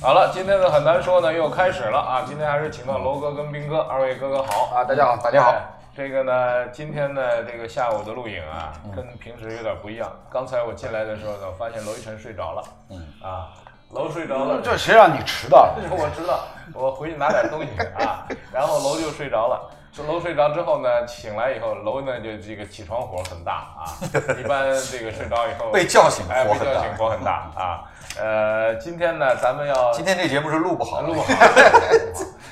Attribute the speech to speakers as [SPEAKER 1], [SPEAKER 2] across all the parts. [SPEAKER 1] 好了，今天的很难说呢又开始了啊！今天还是请到楼哥跟斌哥二位哥哥好哎
[SPEAKER 2] 啊！大家好，大家好。
[SPEAKER 3] 哎
[SPEAKER 1] 这个呢，今天呢，这个下午的录影啊，
[SPEAKER 2] 嗯
[SPEAKER 1] 跟平时有点不一样。刚才我进来的时候呢，发现娄一晨睡着了，嗯啊，娄睡着了，
[SPEAKER 2] 这谁让你迟到了？
[SPEAKER 1] 我知道，我回去拿点东西 啊，然后楼就睡着了。楼睡着之后呢，醒来以后，楼呢就这个起床火很大啊，一般这个睡着以后
[SPEAKER 2] 被叫醒
[SPEAKER 1] 哎，
[SPEAKER 2] 火
[SPEAKER 1] 被
[SPEAKER 2] 很
[SPEAKER 1] 叫醒
[SPEAKER 2] 大。
[SPEAKER 1] 火很大啊。呃，今天呢，咱们要
[SPEAKER 2] 今天这节目是录不好，
[SPEAKER 1] 录不 好，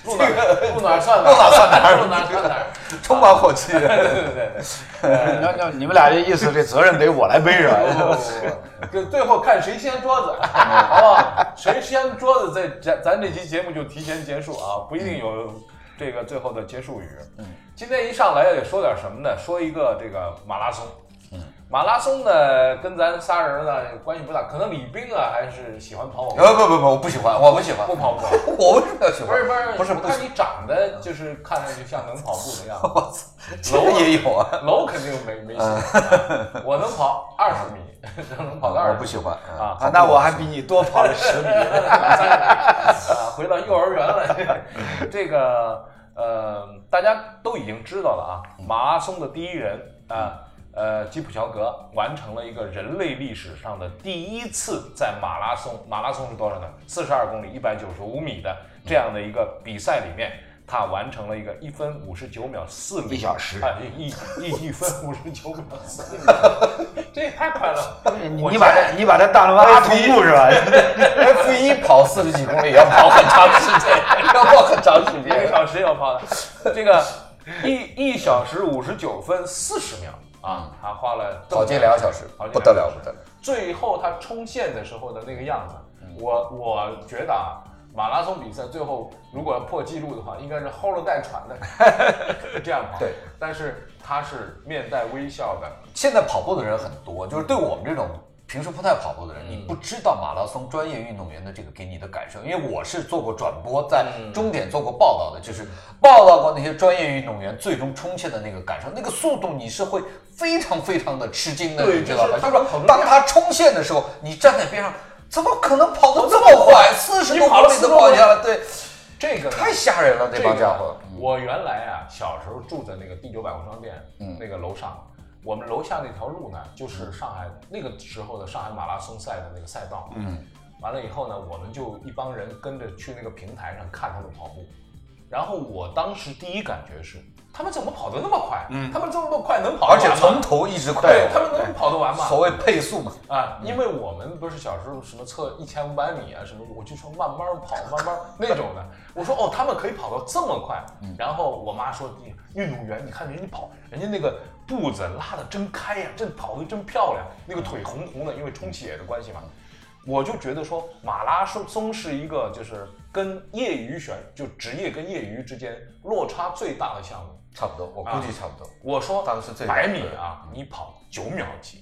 [SPEAKER 1] 录哪儿录哪儿算哪
[SPEAKER 2] 录哪儿算哪儿
[SPEAKER 1] 录哪儿算哪儿。
[SPEAKER 2] 充满火 气。
[SPEAKER 1] 对对对对，
[SPEAKER 3] 那那你们俩这意思，这责任得我来
[SPEAKER 1] 不
[SPEAKER 3] 背
[SPEAKER 1] 不
[SPEAKER 3] 着。啊
[SPEAKER 1] 不不，就最后看谁掀桌子，好不好？谁掀桌子，这咱咱这期节目就提前结束啊，不一定有这个最后的结束语。嗯，今天一上来得说点什么呢？说一个这个马拉松。嗯，马拉松呢，跟咱仨人呢关系不大，可能李斌啊还是喜欢跑我们，
[SPEAKER 2] 呃，不不不，我不喜欢，我不喜欢
[SPEAKER 1] 不。跑步。
[SPEAKER 2] 我为什么要喜
[SPEAKER 1] 不是
[SPEAKER 2] 欢？
[SPEAKER 1] 不是
[SPEAKER 2] 不是
[SPEAKER 1] 我
[SPEAKER 2] 不
[SPEAKER 1] 看
[SPEAKER 2] 喜
[SPEAKER 1] 你长得就是看上去像能跑步的样子。
[SPEAKER 2] 我操，这个也有啊。
[SPEAKER 1] 楼肯定没没戏，啊我能跑二十米， 能跑到二
[SPEAKER 2] 我
[SPEAKER 1] 十
[SPEAKER 2] 不
[SPEAKER 1] 米
[SPEAKER 2] 喜欢
[SPEAKER 1] 啊
[SPEAKER 3] 啊，那我还比你多跑了十 米。
[SPEAKER 1] 啊，回到幼儿园了。这个呃，大家都已经知道了啊，马拉松的第一人啊，呃，基普乔格完成了一个人类历史上的第一次在马拉松，马拉松是多少呢？四十二公里，一百九十五米的这样的一个比赛里面。他完成了一个一分五十九秒四零
[SPEAKER 3] 一小时
[SPEAKER 1] 啊，一一一分五十九秒四零， 这太快了！
[SPEAKER 3] 你
[SPEAKER 1] 我
[SPEAKER 3] 你把它你把它当成阿童木是 吧？
[SPEAKER 2] F 一跑四十几公里要跑很长时间， 要跑很长时
[SPEAKER 1] 一个
[SPEAKER 2] 间。
[SPEAKER 1] 小时要跑的，这个一一小时五十九分四十秒啊，他花了这么
[SPEAKER 2] 跑进两个小时
[SPEAKER 1] 跑，进
[SPEAKER 2] 不得
[SPEAKER 1] 两
[SPEAKER 2] 了
[SPEAKER 1] 个小时
[SPEAKER 2] 不得了。
[SPEAKER 1] 最后他冲线的时候的那个样子，
[SPEAKER 2] 嗯
[SPEAKER 1] 我我觉得啊，马拉松比赛最后如果要破纪录的话，应该是齁了带喘的 这样跑。
[SPEAKER 2] 对，
[SPEAKER 1] 但是他是面带微笑的，
[SPEAKER 2] 现在跑步的人很多，就是对我们这种平时不太跑步的人，
[SPEAKER 1] 嗯
[SPEAKER 2] 你不知道马拉松专业运动员的这个给你的感受，因为我是做过转播，在
[SPEAKER 1] 嗯
[SPEAKER 2] 终点做过报道的，就是报道过那些专业运动员最终冲线的那个感受，那个速度你是会非常非常的吃惊的，
[SPEAKER 1] 对
[SPEAKER 2] 你知道吧？
[SPEAKER 1] 就是他
[SPEAKER 2] 就是
[SPEAKER 1] 们跑得
[SPEAKER 2] 说当他冲线的时候，你站在边上，怎么可能跑得这么快？四十
[SPEAKER 1] 你
[SPEAKER 2] 多
[SPEAKER 1] 跑
[SPEAKER 2] 公
[SPEAKER 1] 了
[SPEAKER 2] 里都
[SPEAKER 1] 40公
[SPEAKER 2] 跑
[SPEAKER 1] 里
[SPEAKER 2] 下来，对，
[SPEAKER 1] 这个呢
[SPEAKER 2] 太吓人了，那
[SPEAKER 1] 这
[SPEAKER 2] 帮
[SPEAKER 1] 个
[SPEAKER 2] 家伙。嗯
[SPEAKER 1] 我原来啊，小时候住在那个第九百货商店，
[SPEAKER 2] 嗯
[SPEAKER 1] 那个楼上，我们楼下那条路呢，就是上海那个时候的上海马拉松赛的那个赛道，嗯，完了以后呢，我们就一帮人跟着去那个平台上看他们跑步，然后我当时第一感觉是，他们怎么跑得那么快？嗯，他们这么快能跑
[SPEAKER 2] 而
[SPEAKER 1] 得
[SPEAKER 2] 且
[SPEAKER 1] 完
[SPEAKER 2] 从
[SPEAKER 1] 吗？
[SPEAKER 2] 头一直快，
[SPEAKER 1] 对他们能跑得完吗？
[SPEAKER 2] 所谓配速嘛，
[SPEAKER 1] 啊，因为我们不是小时候什么测一千五百米啊什么，我就说慢慢跑，慢慢那种的。 我说哦，他们可以跑到这么快。然后我妈说，你运动员，你看人家跑，人家那个步子拉的真开呀、这跑的真漂亮，那个腿红红的，因为充血的关系嘛。我就觉得说马拉松是一个就是跟业余选就职业跟业余之间落差最大的项目。
[SPEAKER 2] 差不多，我估计差不多。
[SPEAKER 1] 啊我说
[SPEAKER 2] 当时最
[SPEAKER 1] 百米啊，你跑九秒几，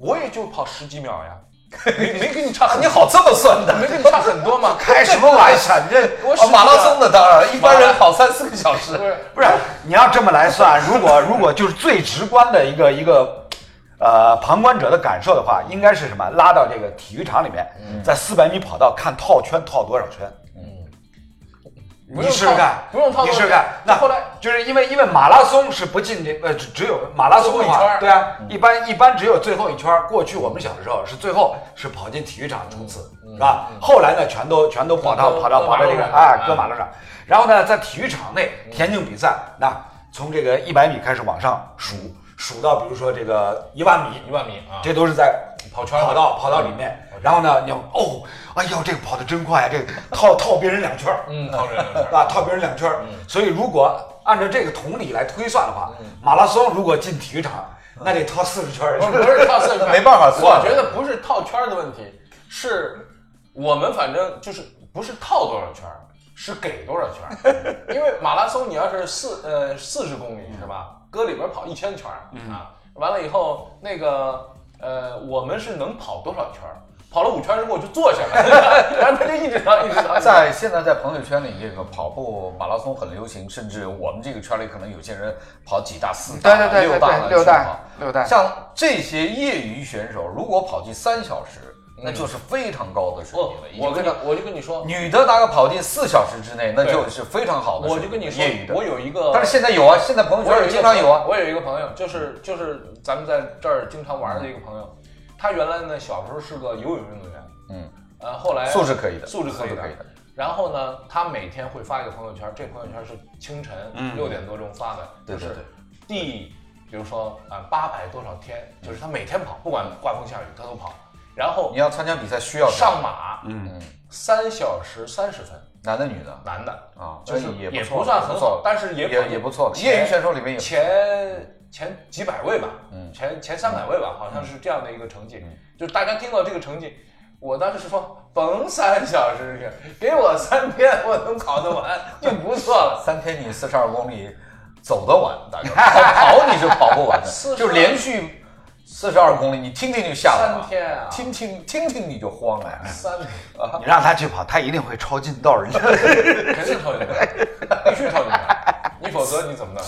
[SPEAKER 1] 我也就跑十几秒呀，没没跟你差很
[SPEAKER 2] 你好这么算的，
[SPEAKER 1] 没跟你差很多嘛。
[SPEAKER 3] 开什么玩笑？你这
[SPEAKER 1] 我
[SPEAKER 2] 啊，马拉松的当 然，一般人跑三四个小 时。
[SPEAKER 1] 不是
[SPEAKER 3] 不是你要这么来算，如果如果就是最直观的一个一个。呃，旁观者的感受的话，应该是什么？拉到这个体育场里面，
[SPEAKER 1] 嗯
[SPEAKER 3] 在四百米跑道看套圈套多少圈？
[SPEAKER 1] 不
[SPEAKER 3] 你
[SPEAKER 1] 用
[SPEAKER 3] 试试
[SPEAKER 1] 套
[SPEAKER 3] 看，
[SPEAKER 1] 嗯不用套
[SPEAKER 3] 你
[SPEAKER 1] 路
[SPEAKER 3] 试试看。那
[SPEAKER 1] 后来
[SPEAKER 3] 就是因为因为马拉松是不进这呃只只有马拉松的
[SPEAKER 1] 最后一圈
[SPEAKER 3] 话
[SPEAKER 1] 儿，嗯
[SPEAKER 3] 对啊，一般一般只有最后一圈儿。过去我们小时候是最后是跑进体育场冲刺，
[SPEAKER 1] 嗯
[SPEAKER 3] 是吧？后来呢，全都全都跑到
[SPEAKER 1] 搁
[SPEAKER 3] 跑到
[SPEAKER 1] 搁
[SPEAKER 3] 跑到
[SPEAKER 1] 马路
[SPEAKER 3] 这个
[SPEAKER 1] 上
[SPEAKER 3] 哎
[SPEAKER 1] 啊
[SPEAKER 3] 搁马路上，然后呢，在体育场内田径比赛，那从这个一百米开始往上数，数到比如说这个一万米，
[SPEAKER 1] 一万米啊，
[SPEAKER 3] 这都是在
[SPEAKER 1] 跑圈儿
[SPEAKER 3] 跑道跑道里面。然后呢，你要哦，哎呦，这个跑得真快呀，这个套套别人两圈儿，
[SPEAKER 1] 嗯，套人
[SPEAKER 3] 是吧？套别人两圈儿。所以如果按照这个同理来推算的话，马拉松如果进体育场，那得套四十圈儿。
[SPEAKER 1] 嗯不是套四圈，
[SPEAKER 2] 没办法算
[SPEAKER 1] 我觉得不是套圈的问题，是我们反正就是不是套多少圈儿，是给多少圈 儿。因为马拉松你要是四呃四十公里是吧，搁里边跑一千圈儿
[SPEAKER 2] 嗯
[SPEAKER 1] 啊，完了以后那个呃我们是能跑多少圈儿？跑了五圈之后我就坐下了， 然后他就一直跑一直跑。
[SPEAKER 2] 在现在在朋友圈里，这个跑步马拉松很流行，甚至我们这个圈里可能有些人跑几大、四大、
[SPEAKER 4] 对对对
[SPEAKER 2] 六大
[SPEAKER 4] 对
[SPEAKER 2] 了
[SPEAKER 4] 对六
[SPEAKER 2] 去
[SPEAKER 4] 大
[SPEAKER 2] 跑
[SPEAKER 4] 六大
[SPEAKER 2] 像这些业余选手，如果跑进三小时，那就是非常高的
[SPEAKER 1] 嗯
[SPEAKER 2] 水
[SPEAKER 1] 我
[SPEAKER 2] 平了。已
[SPEAKER 1] 我
[SPEAKER 2] 经
[SPEAKER 1] 跟
[SPEAKER 2] 这
[SPEAKER 1] 你
[SPEAKER 2] 个
[SPEAKER 1] 我就跟你说，
[SPEAKER 2] 女的打个跑进四小时之内，那
[SPEAKER 1] 对
[SPEAKER 2] 就是非常好的水
[SPEAKER 1] 我就
[SPEAKER 2] 平
[SPEAKER 1] 跟你说
[SPEAKER 2] 业余，的
[SPEAKER 1] 我。有一个，
[SPEAKER 2] 但是现在有啊，现在朋友
[SPEAKER 1] 我有一个
[SPEAKER 2] 圈里经常有啊。
[SPEAKER 1] 我有一个朋友，就是就是咱们在这儿经常玩的一个朋友，他原来呢小时候是个游泳运动员，
[SPEAKER 2] 嗯，
[SPEAKER 1] 呃，后来
[SPEAKER 2] 素质可以的，
[SPEAKER 1] 素质可以的
[SPEAKER 2] 素质可以的。
[SPEAKER 1] 然后呢，他每天会发一个朋友圈，这朋友圈是清晨六点多钟发的，
[SPEAKER 2] 嗯对
[SPEAKER 1] 就是
[SPEAKER 2] 对对
[SPEAKER 1] 第，比如说啊八百多少天，就是他每天跑，不管刮风下雨他都跑，然后
[SPEAKER 2] 你要参加比赛需要
[SPEAKER 1] 上马，
[SPEAKER 2] 嗯，
[SPEAKER 1] 三小时三十分，
[SPEAKER 2] 男的女的
[SPEAKER 1] 男的，
[SPEAKER 2] 啊，
[SPEAKER 1] 就是
[SPEAKER 2] 也
[SPEAKER 1] 也
[SPEAKER 2] 不
[SPEAKER 1] 不
[SPEAKER 2] 错
[SPEAKER 1] 算很
[SPEAKER 2] 不错
[SPEAKER 1] 好，但是也
[SPEAKER 2] 也
[SPEAKER 1] 跑
[SPEAKER 2] 也不错。
[SPEAKER 1] 前
[SPEAKER 2] 业余选手里面有
[SPEAKER 1] 前前几百位吧，
[SPEAKER 2] 嗯
[SPEAKER 1] 前前三百位吧，好像是这样的一个成绩。就是大家听到这个成绩，我当时是说，甭三小时去，给我三天，我能考得 完就不错了。
[SPEAKER 2] 三天你四十二公里走得完， 大概跑你是跑不完的，
[SPEAKER 1] 42
[SPEAKER 2] 就连续四十二公里，你听听就吓了
[SPEAKER 1] 三，天啊，
[SPEAKER 2] 听听听听你就慌了呀。
[SPEAKER 1] 三天，
[SPEAKER 3] 你让他去跑，他一定会超劲到人家。
[SPEAKER 1] 肯定超你 的，必须超你的，你否则你怎么弄？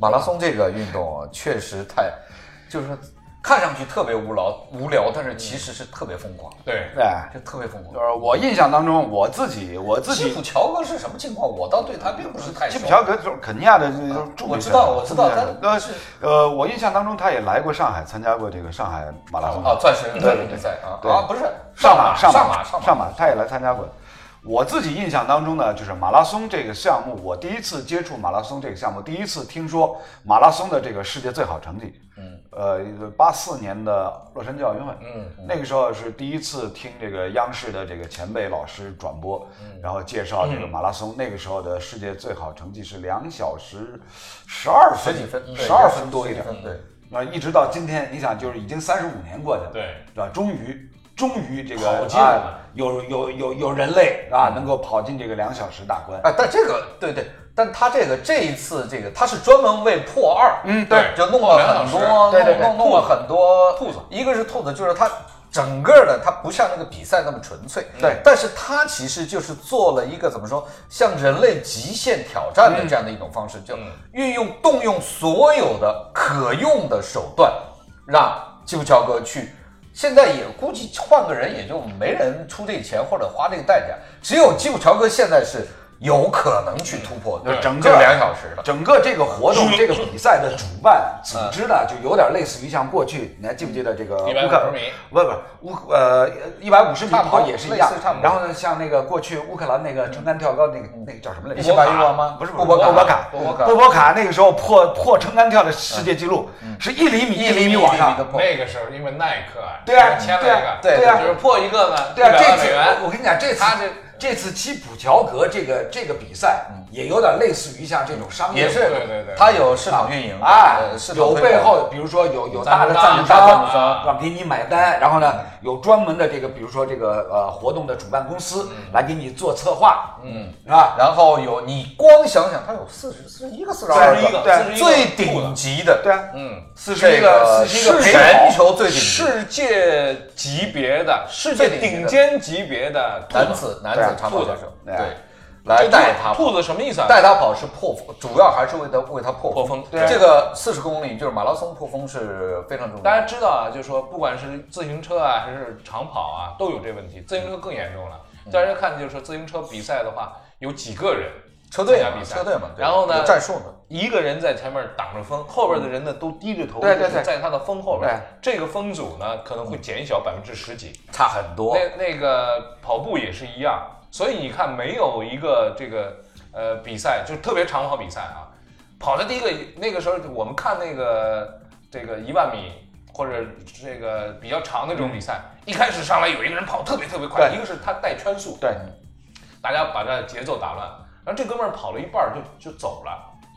[SPEAKER 2] 马拉松这个运动啊，确实太，就是说看上去特别无聊无聊，但是其实是特别疯狂，
[SPEAKER 1] 对，
[SPEAKER 3] 哎，
[SPEAKER 2] 就特别疯
[SPEAKER 3] 就
[SPEAKER 2] 狂。
[SPEAKER 3] 是我印象当中，我自己我自
[SPEAKER 2] 基
[SPEAKER 3] 己
[SPEAKER 2] 普，乔格是什么情况？我倒对他并不是太熟。嗯
[SPEAKER 3] 基普乔格就是肯尼亚的这种著名
[SPEAKER 2] 我知道我知道
[SPEAKER 3] 著名选手
[SPEAKER 2] 但
[SPEAKER 3] 呃
[SPEAKER 2] 是
[SPEAKER 3] 呃，我印象当中他也来过上海参加过这个上海马拉松
[SPEAKER 2] 啊，钻石钻石
[SPEAKER 3] 对
[SPEAKER 2] 比赛啊
[SPEAKER 3] 对
[SPEAKER 2] 啊，不是
[SPEAKER 3] 上
[SPEAKER 2] 马
[SPEAKER 3] 马
[SPEAKER 2] 上
[SPEAKER 3] 马
[SPEAKER 2] 上马
[SPEAKER 3] 上马，他也来参加过。我自己印象当中呢，就是马拉松这个项目，我第一次接触马拉松这个项目，第一次听说马拉松的这个世界最好成绩，嗯，呃，八四年的洛杉矶奥运会，
[SPEAKER 1] 嗯，
[SPEAKER 3] 那个时候是第一次听这个央视的这个前辈老师转播，
[SPEAKER 2] 嗯
[SPEAKER 3] 然后介绍这个马拉松，那个时候的世界最好成绩是两小时十二分，
[SPEAKER 2] 十几分，
[SPEAKER 3] 十二分多一点，
[SPEAKER 2] 对，
[SPEAKER 3] 啊，一直到今天，你想就是已经三十五年过去了，
[SPEAKER 1] 对
[SPEAKER 3] 吧？终于，终于这
[SPEAKER 1] 跑
[SPEAKER 3] 个
[SPEAKER 1] 进了
[SPEAKER 3] 啊，有有有有人类啊，
[SPEAKER 2] 嗯
[SPEAKER 3] 能够跑进这个两小时大关。
[SPEAKER 2] 啊，但这个对对，但他这个这一次这个他是专门为破二，
[SPEAKER 3] 嗯对
[SPEAKER 2] 就弄了
[SPEAKER 1] 两
[SPEAKER 2] 很
[SPEAKER 1] 小
[SPEAKER 2] 多，
[SPEAKER 1] 时
[SPEAKER 3] 对对对
[SPEAKER 2] 弄弄弄了很多
[SPEAKER 1] 兔子
[SPEAKER 2] 一个是兔子，就是它整个的它不像那个比赛那么纯粹，
[SPEAKER 3] 对
[SPEAKER 2] 但是它其实就是做了一个怎么说，像人类极限挑战的这样的一种方式，就
[SPEAKER 3] 嗯
[SPEAKER 2] 运用动用所有的可用的手段，让基普乔格去。现在也估计换个人也就没人出这钱或者花这个代价，只有基普乔格现在是有可能去突破的
[SPEAKER 3] 就，整
[SPEAKER 2] 这
[SPEAKER 3] 个
[SPEAKER 2] 呃两小时了。嗯
[SPEAKER 3] 整个这个活动，这个比赛的主办组织呢，就有点类似于像过去，你还记不记得这个乌
[SPEAKER 1] 150
[SPEAKER 3] 克
[SPEAKER 1] 米
[SPEAKER 3] 不不乌呃一百五十米
[SPEAKER 2] 差不多
[SPEAKER 3] 跑也是一样
[SPEAKER 2] 类似差不。多嗯
[SPEAKER 3] 然后呢，像那个过去乌克兰那个撑杆跳高那个那个叫什么来着？
[SPEAKER 2] 一起白玉王吗？
[SPEAKER 3] 不是
[SPEAKER 2] 波
[SPEAKER 3] 波
[SPEAKER 2] 波
[SPEAKER 3] 波卡，
[SPEAKER 2] 波波卡，
[SPEAKER 3] 波波卡那个时候破破撑杆跳的世界纪录，是一厘米
[SPEAKER 2] 一厘米
[SPEAKER 3] 往上
[SPEAKER 2] 一厘米的，
[SPEAKER 1] 那个时候因为耐克啊，
[SPEAKER 3] 对啊
[SPEAKER 1] 签了一个，
[SPEAKER 2] 对啊对
[SPEAKER 3] 啊
[SPEAKER 1] 就是破一个呢，
[SPEAKER 3] 对啊，
[SPEAKER 1] 100
[SPEAKER 3] 这
[SPEAKER 1] 万
[SPEAKER 3] 次
[SPEAKER 1] 美元
[SPEAKER 3] 我我跟你讲，这次
[SPEAKER 1] 他这
[SPEAKER 3] 这次基普乔格这个这个比赛，也有点类似于像这种商业
[SPEAKER 2] 也是
[SPEAKER 3] 活动
[SPEAKER 1] 对对对
[SPEAKER 2] 它有市场运营
[SPEAKER 3] 啊
[SPEAKER 2] 呃市，场
[SPEAKER 3] 有
[SPEAKER 2] 推广
[SPEAKER 3] 背后，比如说有有大的
[SPEAKER 1] 赞
[SPEAKER 3] 赞
[SPEAKER 1] 助商
[SPEAKER 3] 助
[SPEAKER 1] 赞助商
[SPEAKER 3] 商，啊让给你买单，然后呢，有专门的这个，比如说这个呃活动的主办公司来给你做策划，嗯，是吧？
[SPEAKER 2] 然后有你光想想，它有四十四十一个、四十二
[SPEAKER 3] 41个
[SPEAKER 2] 个，
[SPEAKER 3] 对
[SPEAKER 1] 41个兔
[SPEAKER 2] 最
[SPEAKER 1] 子
[SPEAKER 2] 顶级的，
[SPEAKER 3] 对啊，
[SPEAKER 1] 嗯，
[SPEAKER 3] 四十
[SPEAKER 2] 这
[SPEAKER 3] 一个
[SPEAKER 2] 个
[SPEAKER 3] 四十一个陪
[SPEAKER 2] 是
[SPEAKER 3] 跑
[SPEAKER 2] 全球最顶级
[SPEAKER 1] 世界级别的、世界顶尖级别的兔子
[SPEAKER 2] 男子男
[SPEAKER 3] 对
[SPEAKER 2] 子
[SPEAKER 3] 啊
[SPEAKER 2] 长跑
[SPEAKER 1] 兔子
[SPEAKER 2] 选手，
[SPEAKER 3] 对
[SPEAKER 2] 对
[SPEAKER 3] 啊，
[SPEAKER 2] 哎来带他
[SPEAKER 1] 兔
[SPEAKER 2] 跑，
[SPEAKER 1] 子什么意思啊？
[SPEAKER 2] 带他跑是破，主要还是为他为他破
[SPEAKER 1] 破风对
[SPEAKER 2] 这个四十公里就是马拉松破风是非常重要的。
[SPEAKER 1] 大家知道啊，就是说，不管是自行车啊，还是长跑啊，都有这问题。自行车更严重了。
[SPEAKER 2] 嗯
[SPEAKER 1] 大家看，就是说，自行车比赛的话，有几个人
[SPEAKER 2] 车队
[SPEAKER 1] 参加
[SPEAKER 2] 嘛
[SPEAKER 1] 比，赛，
[SPEAKER 2] 车队嘛，对
[SPEAKER 1] 然后呢
[SPEAKER 2] 有，战术嘛，
[SPEAKER 1] 一个人在前面挡着风，后边的
[SPEAKER 2] 嗯
[SPEAKER 1] 人呢都低着头，
[SPEAKER 3] 对对对
[SPEAKER 1] 就是在他的风后边。这个风阻呢可能会减小百分之十几。
[SPEAKER 2] 差很多。
[SPEAKER 1] 那那个跑步也是一样，所以你看，没有一个这个呃比赛，就特别长跑比赛啊，跑的第一个那个时候我们看那个这个一万米或者这个比较长的这种比赛，一开始上来有一个人跑得特别特别快，
[SPEAKER 3] 对
[SPEAKER 1] 一个是他带圈速，
[SPEAKER 3] 对，
[SPEAKER 1] 大家把这节奏打乱，然后这哥们儿跑了一半儿就就走了，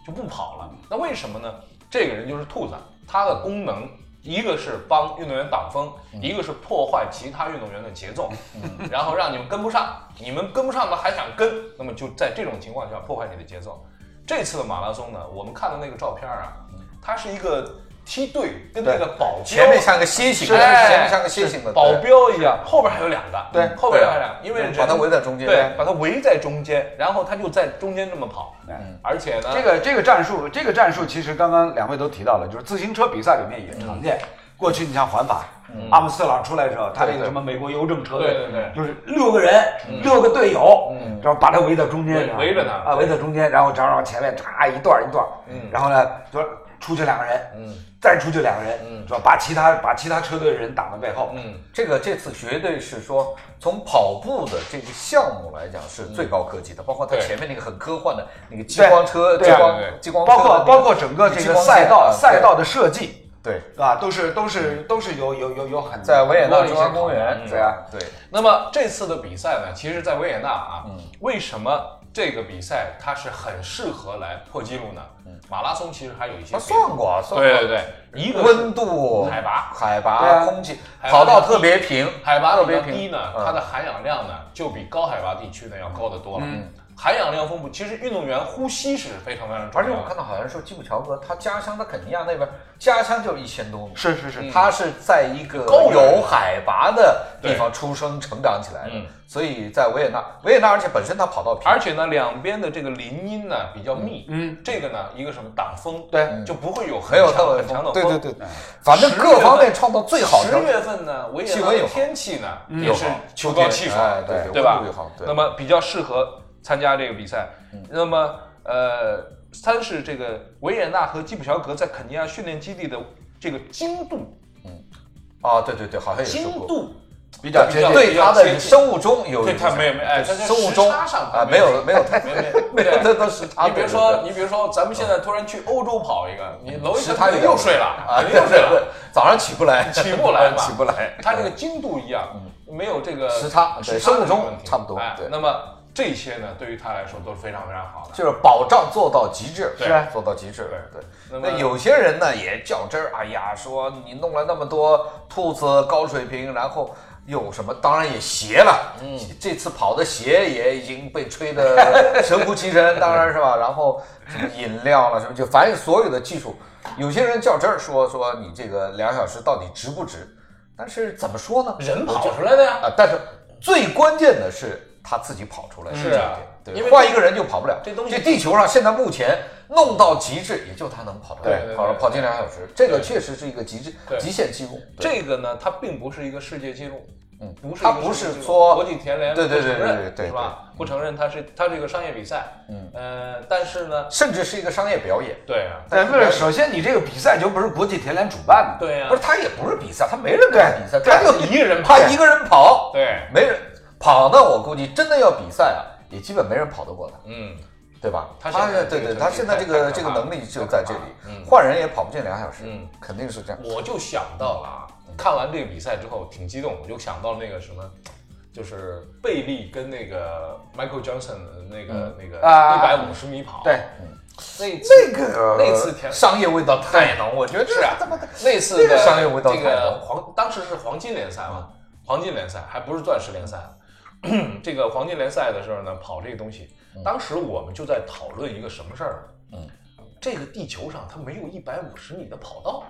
[SPEAKER 1] 就不跑了。那为什么呢？这个人就是兔子，他的功能一个是帮运动员挡风，
[SPEAKER 2] 嗯
[SPEAKER 1] 一个是破坏其他运动员的节奏， 然后让你们跟不上，你们跟不上呢还想跟，那么就在这种情况下破坏你的节奏。这次的马拉松呢，我们看的那个照片啊，它是一个梯队跟那个保镖啊
[SPEAKER 2] 嗯前面像个楔形，
[SPEAKER 1] 是哎
[SPEAKER 2] 前面像个楔形的
[SPEAKER 1] 保
[SPEAKER 2] 对
[SPEAKER 1] 镖一样，后边还有两个，嗯
[SPEAKER 3] 对
[SPEAKER 1] 后边还有两个，因为
[SPEAKER 2] 对
[SPEAKER 1] 人
[SPEAKER 2] 把它围在中间
[SPEAKER 1] 对，把它围在中间，然后他就在中间这么跑，哎
[SPEAKER 3] 嗯
[SPEAKER 1] 而且呢，
[SPEAKER 3] 这个这个战术，
[SPEAKER 2] 嗯
[SPEAKER 3] 这个战术其实刚刚两位都提到了，就是自行车比赛里面也常见。过去你像环法，阿姆斯特朗出来的时候，他那个什么美国邮政车队，
[SPEAKER 1] 对对对
[SPEAKER 3] 就是六个人，
[SPEAKER 2] 嗯
[SPEAKER 3] 六个队友，然后把他围到中间
[SPEAKER 1] 围，
[SPEAKER 3] 然后
[SPEAKER 1] 围着他
[SPEAKER 3] 啊，围到中间，然后然后前面嚓一段一段，
[SPEAKER 2] 嗯
[SPEAKER 3] 然后呢，就出去两个人，再出去两个人，
[SPEAKER 2] 嗯
[SPEAKER 3] 是吧？把其他把其他车队的人挡在背后，
[SPEAKER 1] 嗯，
[SPEAKER 2] 这个这次绝对是说，从跑步的这个项目来讲是最高科技的，包括它
[SPEAKER 1] 对
[SPEAKER 2] 前面那个很科幻的那个激
[SPEAKER 3] 对
[SPEAKER 2] 光车、
[SPEAKER 3] 对
[SPEAKER 2] 激
[SPEAKER 3] 啊
[SPEAKER 2] 光
[SPEAKER 1] 对对
[SPEAKER 2] 激光车
[SPEAKER 3] 包
[SPEAKER 2] 的那
[SPEAKER 3] 括
[SPEAKER 2] 个，
[SPEAKER 3] 包括整个
[SPEAKER 2] 激
[SPEAKER 3] 这个
[SPEAKER 2] 光线
[SPEAKER 3] 赛道
[SPEAKER 2] 啊
[SPEAKER 3] 赛道的设计，
[SPEAKER 2] 对，
[SPEAKER 3] 啊，都是都是都是有有有有很
[SPEAKER 2] 在维也纳
[SPEAKER 3] 多的一
[SPEAKER 2] 中
[SPEAKER 3] 些
[SPEAKER 2] 央公
[SPEAKER 3] 考
[SPEAKER 2] 园
[SPEAKER 3] 量，
[SPEAKER 2] 嗯
[SPEAKER 3] 对啊，
[SPEAKER 2] 对，
[SPEAKER 1] 那么这次的比赛呢，其实，在维也纳啊，
[SPEAKER 2] 嗯
[SPEAKER 1] 为什么这个比赛它是很适合来破纪录呢？马拉松其实还有一些
[SPEAKER 2] 他
[SPEAKER 1] 别的，
[SPEAKER 2] 算嗯过啊，算过
[SPEAKER 1] 对对对，一个是
[SPEAKER 2] 温度、
[SPEAKER 1] 海拔
[SPEAKER 2] 海
[SPEAKER 3] 对
[SPEAKER 2] 拔、
[SPEAKER 3] 啊
[SPEAKER 2] 空气，
[SPEAKER 1] 海拔嗯
[SPEAKER 2] 跑道
[SPEAKER 1] 比较
[SPEAKER 2] 特别平，
[SPEAKER 1] 海拔
[SPEAKER 2] 特
[SPEAKER 1] 比
[SPEAKER 2] 别
[SPEAKER 1] 较
[SPEAKER 2] 平
[SPEAKER 1] 低呢，
[SPEAKER 2] 嗯
[SPEAKER 1] 它的含氧量呢就比高海拔地区呢要高得多了。
[SPEAKER 2] 嗯
[SPEAKER 1] 含氧量丰富，其实运动员呼吸是非常非常重
[SPEAKER 2] 而且
[SPEAKER 1] 要
[SPEAKER 2] 我
[SPEAKER 1] 的。
[SPEAKER 2] 看到好像说基普乔格，他家乡在肯尼亚那边，家乡就一千多米，
[SPEAKER 3] 是是是，
[SPEAKER 1] 嗯
[SPEAKER 2] 他是在一个
[SPEAKER 1] 高原
[SPEAKER 2] 有海拔的地方出生成长起来的
[SPEAKER 1] 嗯，
[SPEAKER 2] 所以在维也纳，维也纳而且本身它跑道平，
[SPEAKER 1] 而且呢，两边的这个林荫呢比较密，嗯，这个呢一个什么挡风，
[SPEAKER 3] 对，
[SPEAKER 1] 就不会有很
[SPEAKER 2] 没有
[SPEAKER 1] 强
[SPEAKER 2] 特
[SPEAKER 1] 很强的风。嗯
[SPEAKER 2] 对对对，反正各方面创造最好
[SPEAKER 1] 十
[SPEAKER 2] 的
[SPEAKER 1] 月份呢，维也
[SPEAKER 2] 气
[SPEAKER 1] 纳
[SPEAKER 2] 温又
[SPEAKER 1] 的
[SPEAKER 2] 好
[SPEAKER 1] 天气呢也
[SPEAKER 2] 又
[SPEAKER 1] 是
[SPEAKER 2] 好
[SPEAKER 1] 秋高气爽，
[SPEAKER 2] 哎对
[SPEAKER 1] 对
[SPEAKER 2] 温
[SPEAKER 1] 吧
[SPEAKER 2] 度又好？对嗯
[SPEAKER 1] 那么比较适合参加这个比赛。那么呃，三是这个维也纳和基普乔格在肯尼亚训练基地的这个精度，
[SPEAKER 2] 啊，对对对，好像也
[SPEAKER 1] 精
[SPEAKER 2] 说过，
[SPEAKER 1] 度
[SPEAKER 2] 比
[SPEAKER 1] 较接近比
[SPEAKER 2] 对它
[SPEAKER 1] 较接
[SPEAKER 2] 的
[SPEAKER 1] 近
[SPEAKER 2] 生物钟有
[SPEAKER 1] 对
[SPEAKER 2] 影
[SPEAKER 1] 它
[SPEAKER 2] 响
[SPEAKER 1] 没有没有哎，它在
[SPEAKER 2] 生物
[SPEAKER 1] 时
[SPEAKER 2] 钟
[SPEAKER 1] 差上
[SPEAKER 2] 啊没有没有太
[SPEAKER 1] 没 有没
[SPEAKER 2] 没
[SPEAKER 1] 有
[SPEAKER 2] 有
[SPEAKER 1] 对
[SPEAKER 2] 这都时差，
[SPEAKER 1] 你比如
[SPEAKER 2] 对啊
[SPEAKER 1] 说，
[SPEAKER 2] 对对
[SPEAKER 1] 你比如说，咱们现在突然去欧洲跑一个，你楼一
[SPEAKER 2] 时
[SPEAKER 1] 层
[SPEAKER 2] 差有点
[SPEAKER 1] 又睡了，
[SPEAKER 2] 啊，
[SPEAKER 1] 肯
[SPEAKER 2] 对
[SPEAKER 1] 定又睡
[SPEAKER 2] 对对
[SPEAKER 1] 了，，
[SPEAKER 2] 早上起不来，
[SPEAKER 1] 起不来嘛
[SPEAKER 2] 起不来，嗯
[SPEAKER 1] 它这个精度一样，没有这个
[SPEAKER 2] 时差
[SPEAKER 1] 时
[SPEAKER 2] 对
[SPEAKER 1] 差的
[SPEAKER 2] 生物钟
[SPEAKER 1] 问题
[SPEAKER 2] 差不多
[SPEAKER 1] 哎
[SPEAKER 2] 对
[SPEAKER 1] 那么这些呢，对于他来说都是非常非常好的。
[SPEAKER 2] 就是保障做到极致，
[SPEAKER 1] 对是啊
[SPEAKER 2] 做到极致，对。
[SPEAKER 1] 那么
[SPEAKER 2] 那有些人呢也较真儿，哎呀，说你弄了那么多兔子高水平，然后有什么？当然也鞋了，嗯，这次跑的鞋也已经被吹得神乎其神，当然 是吧？然后什么饮料了，什么就反正所有的技术，有些人较真儿说说你这个两小时到底值不值？但是怎么说呢？
[SPEAKER 1] 人跑出来的呀，
[SPEAKER 2] 啊，但是最关键的是他自己跑出来的
[SPEAKER 1] 是
[SPEAKER 2] 这一点，
[SPEAKER 1] 啊因为
[SPEAKER 2] 对，换一个人就跑不了。
[SPEAKER 1] 这东西
[SPEAKER 2] 地球上现在目前弄到极致，也就他能跑出来
[SPEAKER 1] 对，对
[SPEAKER 2] 跑了
[SPEAKER 1] 对
[SPEAKER 2] 跑进两小时，这个
[SPEAKER 1] 对
[SPEAKER 2] 确实是一个极致
[SPEAKER 1] 对
[SPEAKER 2] 极限记录。对
[SPEAKER 1] 这个呢，它并不是一个世界纪录，嗯，不是一
[SPEAKER 2] 它
[SPEAKER 1] 个
[SPEAKER 2] 不
[SPEAKER 1] 世界纪
[SPEAKER 2] 是
[SPEAKER 1] 录
[SPEAKER 2] 说
[SPEAKER 1] 国际田联
[SPEAKER 2] 对对对
[SPEAKER 1] 不承认
[SPEAKER 2] 对对对
[SPEAKER 1] 是吧？不承认它是它是一个商业比赛，嗯，呃，但是呢，
[SPEAKER 2] 甚至是一个商业表演，
[SPEAKER 1] 对啊，
[SPEAKER 3] 对，不是，首先你这个比赛就不是国际田联主办的，
[SPEAKER 1] 对啊，
[SPEAKER 2] 不是他也不是比赛，他没人跟他比赛，
[SPEAKER 3] 对
[SPEAKER 2] 他就
[SPEAKER 1] 对一个人跑
[SPEAKER 2] 他一个人跑，
[SPEAKER 1] 对
[SPEAKER 2] 没人跑呢。我估计真的要比赛啊，也基本没人跑得过他。
[SPEAKER 1] 嗯，
[SPEAKER 2] 对吧？
[SPEAKER 1] 他现
[SPEAKER 2] 他
[SPEAKER 1] 在
[SPEAKER 2] 对
[SPEAKER 1] 这个
[SPEAKER 2] 对，
[SPEAKER 1] 成
[SPEAKER 2] 他
[SPEAKER 1] 绩
[SPEAKER 2] 现在
[SPEAKER 1] 太
[SPEAKER 2] 这个
[SPEAKER 1] 太
[SPEAKER 2] 这
[SPEAKER 1] 可
[SPEAKER 2] 个
[SPEAKER 1] 怕
[SPEAKER 2] 能力就在这里
[SPEAKER 1] 嗯，
[SPEAKER 2] 换人也跑不进两小时
[SPEAKER 1] 嗯，
[SPEAKER 2] 肯定是这样。
[SPEAKER 1] 我就想到了啊，看完这个比赛之后挺激动，我就想到那个什么。就是贝利跟那个 Michael Johnson 的那个、那个一
[SPEAKER 3] 啊
[SPEAKER 1] 百五十米跑，
[SPEAKER 3] 对，呃
[SPEAKER 1] 那
[SPEAKER 2] 这个
[SPEAKER 1] 那次田
[SPEAKER 2] 商业味道太浓，我觉得
[SPEAKER 1] 是啊
[SPEAKER 2] 他妈的
[SPEAKER 1] 那次
[SPEAKER 2] 这
[SPEAKER 1] 的
[SPEAKER 2] 个商业味道
[SPEAKER 1] 这
[SPEAKER 2] 太
[SPEAKER 1] 个
[SPEAKER 2] 浓
[SPEAKER 1] 黄当时是黄金联赛嘛，黄金联赛还不是钻石联赛。这个黄金联赛的时候呢，跑这个东西，
[SPEAKER 3] 嗯
[SPEAKER 1] 当时我们就在讨论一个什么事儿呢？嗯，这个地球上它没有一百五十米的跑道，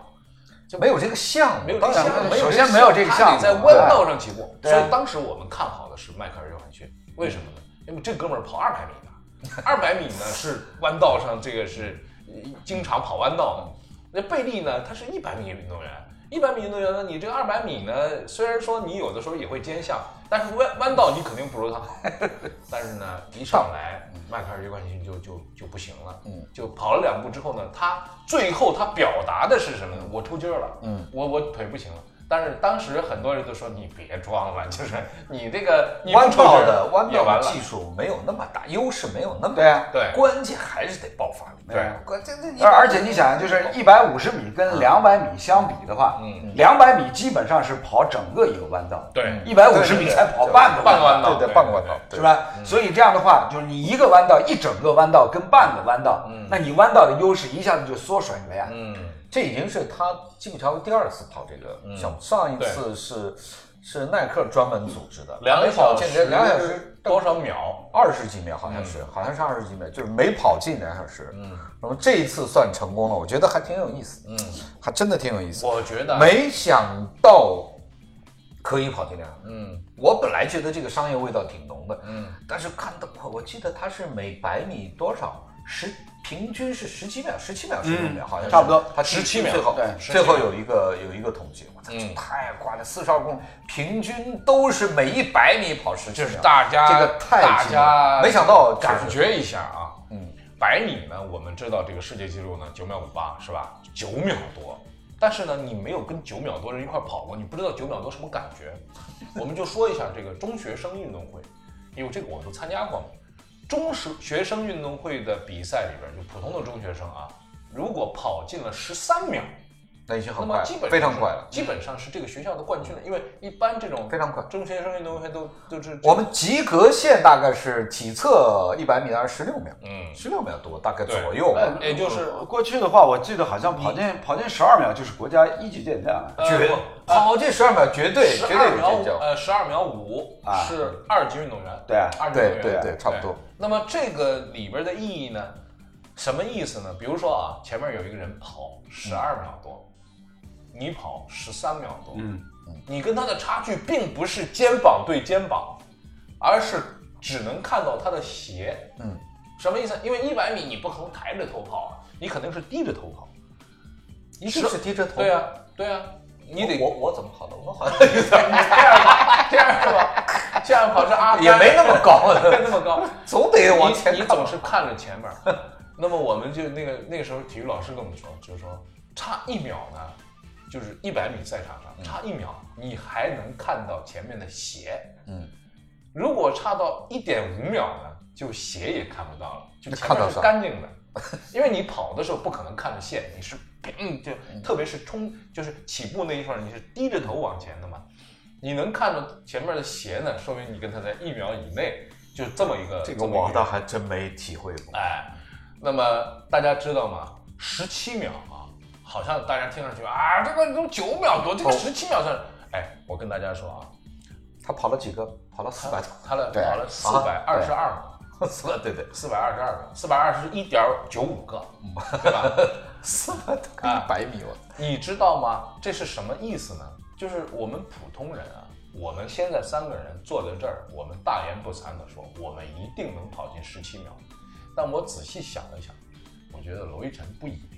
[SPEAKER 2] 就没有这个项目，
[SPEAKER 1] 没有这
[SPEAKER 2] 当
[SPEAKER 1] 个
[SPEAKER 2] 然
[SPEAKER 1] 项目，
[SPEAKER 2] 没有
[SPEAKER 3] 首先没有这个项目
[SPEAKER 1] 他得在弯道上起步。所
[SPEAKER 3] 对
[SPEAKER 1] 以当时我们看好的是迈克尔·约翰逊，为什么呢？因为这哥们儿跑二百米的，二百米呢 是弯道上这个是呃经常跑弯道的。那贝利呢，他是一百米运动员，一百米运动员呢，你这个二百米呢，虽然说你有的时候也会兼项，但是弯弯道你肯定不如他好。 但是呢，一上来迈克尔·约翰逊就就就不行了，嗯，就跑了两步之后呢，他最后他表达的是什么呢？我抽筋儿了，嗯，我我腿不行了。但是当时很多人都说你别装了， 就是你这个你不
[SPEAKER 2] 哎弯
[SPEAKER 1] 抽筋
[SPEAKER 2] 道
[SPEAKER 1] 儿
[SPEAKER 2] 的弯
[SPEAKER 1] 也完
[SPEAKER 2] 道的
[SPEAKER 1] 了
[SPEAKER 2] 技术没有那么大优势，没有那么
[SPEAKER 3] 对啊
[SPEAKER 1] 对
[SPEAKER 2] 关键还是得爆发力。
[SPEAKER 1] 对啊
[SPEAKER 2] 关这这
[SPEAKER 3] 而而且你想，啊就是一百五十米
[SPEAKER 1] 嗯
[SPEAKER 3] 跟两百米相比的话，两百米基本上是跑整个一个弯道，
[SPEAKER 1] 对
[SPEAKER 3] 一百五十米才跑半个
[SPEAKER 1] 半个弯道
[SPEAKER 2] 嗯对
[SPEAKER 1] 对
[SPEAKER 2] 对半个弯道，
[SPEAKER 3] 是
[SPEAKER 2] 对
[SPEAKER 3] 吧？所以这样的话，就是你一个弯道，一整个弯道跟半个弯道，那你弯道的优势一下子就缩水了呀。
[SPEAKER 1] 嗯，
[SPEAKER 2] 这已经是他基普乔格第二次跑这个项目，上一次是是耐克专门组织的，
[SPEAKER 1] 两
[SPEAKER 2] 没
[SPEAKER 1] 小
[SPEAKER 2] 跑进
[SPEAKER 1] 时嗯
[SPEAKER 2] 两小时
[SPEAKER 1] 多少秒？
[SPEAKER 2] 二十几秒好像是，好像是二十几秒，就是没跑进两小时。嗯，那么这一次算成功了，我觉得还挺有意思。嗯，还真的挺有意思。
[SPEAKER 1] 我觉得
[SPEAKER 2] 没想到可以跑进两小时。
[SPEAKER 1] 嗯，
[SPEAKER 2] 我本来觉得这个商业味道挺浓的，嗯，但是看到我我记得它是每百米多少十平均是十七秒，十七
[SPEAKER 1] 嗯
[SPEAKER 2] 秒，十六秒，好像是
[SPEAKER 3] 差不多
[SPEAKER 2] 他第一
[SPEAKER 1] 17秒嗯
[SPEAKER 2] 最后
[SPEAKER 3] 对
[SPEAKER 2] 最后有一个有一个统计，我操，这太夸张！四十二公里平均都是每一百米跑十七
[SPEAKER 1] 就是
[SPEAKER 2] 秒，
[SPEAKER 1] 大家
[SPEAKER 2] 这个太
[SPEAKER 1] 大
[SPEAKER 2] 惊人
[SPEAKER 1] 家
[SPEAKER 2] 了没想到
[SPEAKER 1] 感
[SPEAKER 2] 就是
[SPEAKER 1] 觉一下啊，嗯，百米呢，我们知道这个世界纪录呢九秒五八是吧？九秒多，但是呢，你没有跟九秒多人一块跑过，你不知道九秒多什么感觉。我们就说一下这个中学生运动会，因为这个我都参加过嘛。中学学生运动会的比赛里边，就普通的中学生啊，如果跑进了十三秒，
[SPEAKER 2] 那已经
[SPEAKER 1] 那
[SPEAKER 2] 很
[SPEAKER 1] 么
[SPEAKER 2] 快，
[SPEAKER 1] 基本
[SPEAKER 2] 非常
[SPEAKER 1] 是
[SPEAKER 2] 快了。
[SPEAKER 1] 基本上是这个学校的冠军了，因为一般这种
[SPEAKER 2] 非常快
[SPEAKER 1] 中学生运动会都都是
[SPEAKER 2] 我们及格线大概是体测一百米大概十六秒，
[SPEAKER 1] 嗯
[SPEAKER 2] 十六秒多，大概
[SPEAKER 1] 对哎
[SPEAKER 2] 左右嗯吧。
[SPEAKER 1] 呃也就是
[SPEAKER 3] 过去的话，我记得好像跑
[SPEAKER 1] 嗯
[SPEAKER 3] 进跑进十二秒就是国家一级健将了。
[SPEAKER 2] 绝
[SPEAKER 1] 呃
[SPEAKER 2] 跑这十二秒绝对
[SPEAKER 1] 十
[SPEAKER 2] 绝
[SPEAKER 1] 二
[SPEAKER 2] 对
[SPEAKER 1] 秒
[SPEAKER 2] 有
[SPEAKER 1] 五
[SPEAKER 2] 尖叫，
[SPEAKER 1] 呃，十二秒五
[SPEAKER 3] 啊
[SPEAKER 1] 是二级运动员，
[SPEAKER 3] 对啊
[SPEAKER 1] 二级运动员，
[SPEAKER 2] 对对对差不多。
[SPEAKER 1] 那么这个里边的意义呢，什么意思呢？比如说啊，前面有一个人跑十
[SPEAKER 2] 嗯
[SPEAKER 1] 二秒多，你跑十三秒多，
[SPEAKER 3] 嗯，
[SPEAKER 1] 你跟他的差距并不是肩膀对肩膀，而是只能看到他的鞋，
[SPEAKER 2] 嗯，
[SPEAKER 1] 什么意思？因为一百米你不可能抬着头跑啊，你肯定是低着头跑，
[SPEAKER 2] 一定是低着头。
[SPEAKER 1] 对啊呀、对呀、你得
[SPEAKER 2] 我我怎么跑的？我好像有点
[SPEAKER 1] 这样吧，这样是吧？这样跑是阿
[SPEAKER 2] 也没那么高，
[SPEAKER 1] 没那么高，
[SPEAKER 2] 总得往
[SPEAKER 1] 你
[SPEAKER 2] 前
[SPEAKER 1] 你
[SPEAKER 2] 靠。
[SPEAKER 1] 总是看着前面儿。那么我们就那个那个时候体育老师跟我们说，就是说差一秒呢，就是一百米赛场
[SPEAKER 2] 嗯
[SPEAKER 1] 上差一秒，你还能看到前面的鞋。
[SPEAKER 2] 嗯，
[SPEAKER 1] 如果差到一点五秒呢，就鞋也看不到了，就前
[SPEAKER 2] 看
[SPEAKER 1] 面
[SPEAKER 2] 到
[SPEAKER 1] 是
[SPEAKER 2] 啥
[SPEAKER 1] 干净的，因为你跑的时候不可能看着线，你是嗯就特别是冲就是起步那一块儿，你是低着头往前的嘛，你能看着前面的鞋呢，说明你跟他在一秒以内，就这么一个
[SPEAKER 2] 这个
[SPEAKER 1] 这么一
[SPEAKER 2] 我倒还真没体会过。
[SPEAKER 1] 哎，那么大家知道吗？十七秒啊，好像大家听上去啊，这个都九秒多，这个
[SPEAKER 2] 哦
[SPEAKER 1] 十七秒算是。哎，我跟大家说啊，
[SPEAKER 2] 他跑了几个？跑了四百多。
[SPEAKER 1] 他的
[SPEAKER 2] 对啊
[SPEAKER 1] 跑了四百二十二秒，
[SPEAKER 2] 四百对对，
[SPEAKER 1] 四百二十二秒，四百二十一点九五个，对吧？
[SPEAKER 2] 四百多个一百米我。
[SPEAKER 1] 你知道吗？这是什么意思呢？就是我们普通人啊，我们现在三个人坐在这儿，我们大言不惭地说，我们一定能跑进十七秒。但我仔细想了想，我觉得娄一晨不一定。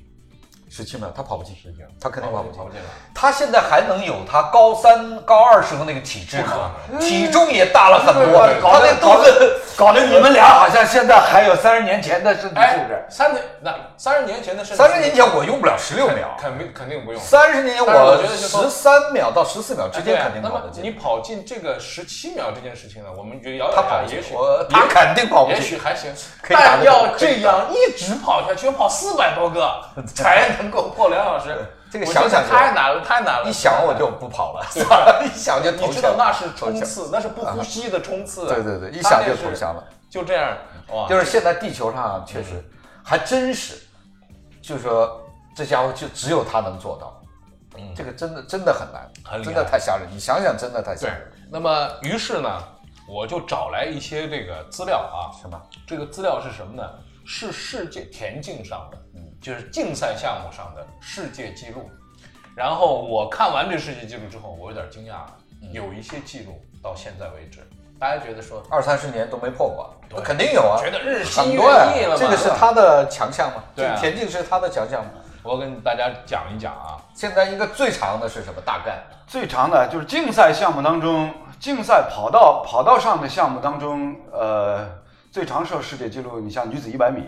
[SPEAKER 2] 十七秒，他跑不进
[SPEAKER 1] 十七秒
[SPEAKER 2] 他肯定跑不进
[SPEAKER 1] 跑不进来。
[SPEAKER 2] 他现在还能有他高三、高二时候那个体质
[SPEAKER 1] 不可
[SPEAKER 2] 吗？体重也大了很多，他那
[SPEAKER 3] 搞
[SPEAKER 2] 肚
[SPEAKER 3] 得
[SPEAKER 2] 子
[SPEAKER 3] 搞得 你们俩好像现在还有三十年前的身体素质
[SPEAKER 1] 哎，。三十那三十年前的身体
[SPEAKER 2] 三十年前我用不了十六秒，
[SPEAKER 1] 肯定肯定不用。
[SPEAKER 2] 三十年前
[SPEAKER 1] 但是我
[SPEAKER 2] 我
[SPEAKER 1] 觉得就说
[SPEAKER 2] 十三秒到十四秒之
[SPEAKER 1] 对
[SPEAKER 2] 间
[SPEAKER 1] 啊
[SPEAKER 2] 肯定
[SPEAKER 1] 那
[SPEAKER 2] 跑
[SPEAKER 1] 么
[SPEAKER 2] 得进
[SPEAKER 1] 你。跑进这个十七秒这件事情呢，我们觉得遥
[SPEAKER 2] 他
[SPEAKER 1] 遥
[SPEAKER 2] 跑
[SPEAKER 1] 呀
[SPEAKER 2] 不，进
[SPEAKER 1] 也许
[SPEAKER 2] 我
[SPEAKER 1] 也
[SPEAKER 2] 他肯定跑不
[SPEAKER 1] 也
[SPEAKER 2] 进
[SPEAKER 1] 许。还行，
[SPEAKER 2] 可以打
[SPEAKER 1] 但
[SPEAKER 2] 得
[SPEAKER 1] 要
[SPEAKER 2] 过可以
[SPEAKER 1] 这样一直跑下去，要跑四百多个 才能够破两小时，
[SPEAKER 2] 这个
[SPEAKER 1] 我觉得
[SPEAKER 2] 想想就
[SPEAKER 1] 太难了，太难了。
[SPEAKER 2] 一想我就不跑 了， 一想就
[SPEAKER 1] 你
[SPEAKER 2] 投
[SPEAKER 1] 知道
[SPEAKER 2] 降。
[SPEAKER 1] 那是冲刺，那是不呼吸的冲刺啊。
[SPEAKER 2] 对对对，一
[SPEAKER 1] 他
[SPEAKER 2] 想
[SPEAKER 1] 那
[SPEAKER 2] 就是投降了。
[SPEAKER 1] 就这样哇，
[SPEAKER 2] 就是现在地球上啊确实还真是，就是说这家伙就只有他能做到，
[SPEAKER 1] 嗯
[SPEAKER 2] 这个真的真的很
[SPEAKER 1] 很
[SPEAKER 2] 难，
[SPEAKER 1] 厉害
[SPEAKER 2] 真的太吓人。你想想，真的太吓
[SPEAKER 1] 对
[SPEAKER 2] 人了，。
[SPEAKER 1] 那么于是呢，我就找来一些这个资料啊，
[SPEAKER 2] 是吧？
[SPEAKER 1] 这个资料是什么呢？是世界田径上的，嗯就是竞赛项目上的世界纪录。然后我看完这世界纪录之后，我有点惊讶了，
[SPEAKER 3] 嗯
[SPEAKER 1] 有一些记录到现在为止，大家觉得说，
[SPEAKER 2] 二三十年都没破过
[SPEAKER 1] 对，
[SPEAKER 2] 肯定有啊，
[SPEAKER 1] 觉得日新
[SPEAKER 2] 很
[SPEAKER 1] 月
[SPEAKER 2] 多呀
[SPEAKER 1] 异了嘛，
[SPEAKER 2] 这个是
[SPEAKER 1] 吧
[SPEAKER 2] 他的强项嘛，
[SPEAKER 1] 对啊
[SPEAKER 2] 这个田径是他的强项嘛。
[SPEAKER 1] 我跟大家讲一讲啊，
[SPEAKER 2] 现在应该最长的是什么？大概
[SPEAKER 3] 最长的就是竞赛项目当中，竞赛跑道跑道上的项目当中，呃，最长是有世界纪录，你像女子一百米，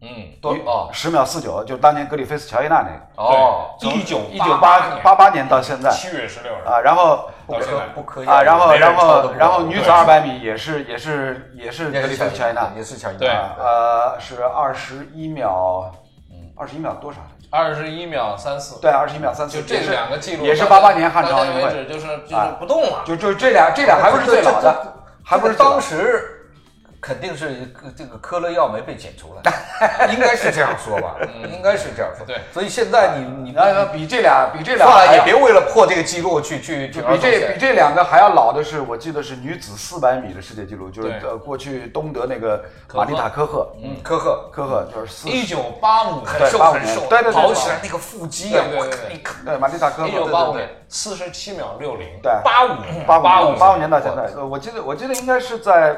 [SPEAKER 1] 嗯，
[SPEAKER 2] 多哦
[SPEAKER 3] 十秒四九，就当年格里菲斯乔伊娜那个，
[SPEAKER 2] 哦，
[SPEAKER 1] 对一九
[SPEAKER 3] 一九八八八年到现在
[SPEAKER 1] 七月十六日，
[SPEAKER 3] 啊，然后
[SPEAKER 1] 到现在
[SPEAKER 2] 不可以
[SPEAKER 3] 啊，然后
[SPEAKER 2] 没人
[SPEAKER 3] 然
[SPEAKER 2] 超得
[SPEAKER 3] 后
[SPEAKER 2] 过
[SPEAKER 3] 然后女子
[SPEAKER 1] 对
[SPEAKER 3] 二百米也是也是也是格
[SPEAKER 2] 也
[SPEAKER 3] 里
[SPEAKER 2] 是
[SPEAKER 3] 菲
[SPEAKER 2] 乔
[SPEAKER 3] 斯
[SPEAKER 2] 伊
[SPEAKER 3] 乔伊娜
[SPEAKER 2] 娜，也是乔伊
[SPEAKER 1] 对
[SPEAKER 2] 娜，
[SPEAKER 3] 呃是二十一秒，二十一秒多少来着？
[SPEAKER 1] 二十一秒三四，
[SPEAKER 3] 对，二十一秒三四，
[SPEAKER 1] 就这
[SPEAKER 3] 也是
[SPEAKER 1] 两个记录
[SPEAKER 3] 也是
[SPEAKER 1] 到
[SPEAKER 3] 八八年汉城
[SPEAKER 1] 到
[SPEAKER 3] 奥
[SPEAKER 1] 现
[SPEAKER 3] 运
[SPEAKER 1] 在为
[SPEAKER 3] 会，
[SPEAKER 1] 止就是就是
[SPEAKER 3] 啊
[SPEAKER 1] 不动了，
[SPEAKER 3] 就就这俩这俩还不是最老的，还不是最老
[SPEAKER 2] 当
[SPEAKER 3] 的
[SPEAKER 2] 时肯定是这个科勒药没被检 出来，应该是这样说吧，应该是这样说。
[SPEAKER 1] 对
[SPEAKER 2] 所以现在你你
[SPEAKER 3] 那那比这俩比这俩
[SPEAKER 2] 算啊了，
[SPEAKER 3] 还
[SPEAKER 2] 也
[SPEAKER 3] 要
[SPEAKER 2] 别为了破这个记录去去去
[SPEAKER 3] 比这比这两个还要老的是，我记得是女子四百米的世界纪录，就是
[SPEAKER 1] 对
[SPEAKER 3] 呃过去东德那个玛丽塔科赫，
[SPEAKER 2] 嗯科赫
[SPEAKER 3] 科赫就是四
[SPEAKER 1] 一九八五
[SPEAKER 2] 很瘦
[SPEAKER 3] 对85
[SPEAKER 2] 很瘦，
[SPEAKER 3] 对对对
[SPEAKER 2] 跑起来那个腹肌啊，
[SPEAKER 1] 对
[SPEAKER 2] 我
[SPEAKER 1] 对对对
[SPEAKER 2] 你看
[SPEAKER 3] 啊对玛丽塔科赫，
[SPEAKER 1] 一九八五年四十七秒六零，
[SPEAKER 3] 对
[SPEAKER 1] 八五
[SPEAKER 3] 八五
[SPEAKER 1] 八五
[SPEAKER 3] 八五年到现在，呃我记得我记得应该是在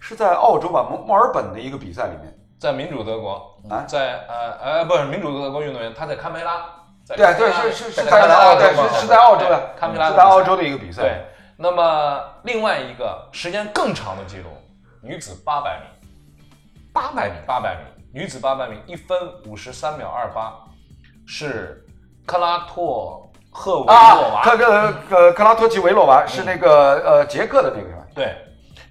[SPEAKER 3] 是在澳洲吧，墨墨尔本的一个比赛里面，
[SPEAKER 1] 在民主德国
[SPEAKER 3] 啊，
[SPEAKER 1] 在呃呃不是民主德国运动员，他在堪培拉，在
[SPEAKER 3] 对啊
[SPEAKER 1] 堪培
[SPEAKER 3] 对
[SPEAKER 1] 拉
[SPEAKER 3] 是是
[SPEAKER 1] 在
[SPEAKER 3] 是在
[SPEAKER 1] 堪培拉
[SPEAKER 3] 澳
[SPEAKER 1] 的
[SPEAKER 3] 对
[SPEAKER 1] 地方
[SPEAKER 3] 是是在澳洲的
[SPEAKER 1] 对堪培拉
[SPEAKER 3] 是
[SPEAKER 1] 的
[SPEAKER 3] 在
[SPEAKER 1] 比赛
[SPEAKER 3] 澳洲的一个比赛。
[SPEAKER 1] 对，那么另外一个时间更长的记录，女子八百米，
[SPEAKER 2] 八百米，
[SPEAKER 1] 八百米，女子八百米一分五十三秒二八，是克拉托赫维诺
[SPEAKER 3] 啊，
[SPEAKER 1] 娃，
[SPEAKER 3] 克克克克拉托奇维洛娃是那个呃捷克的那个什么，
[SPEAKER 1] 对，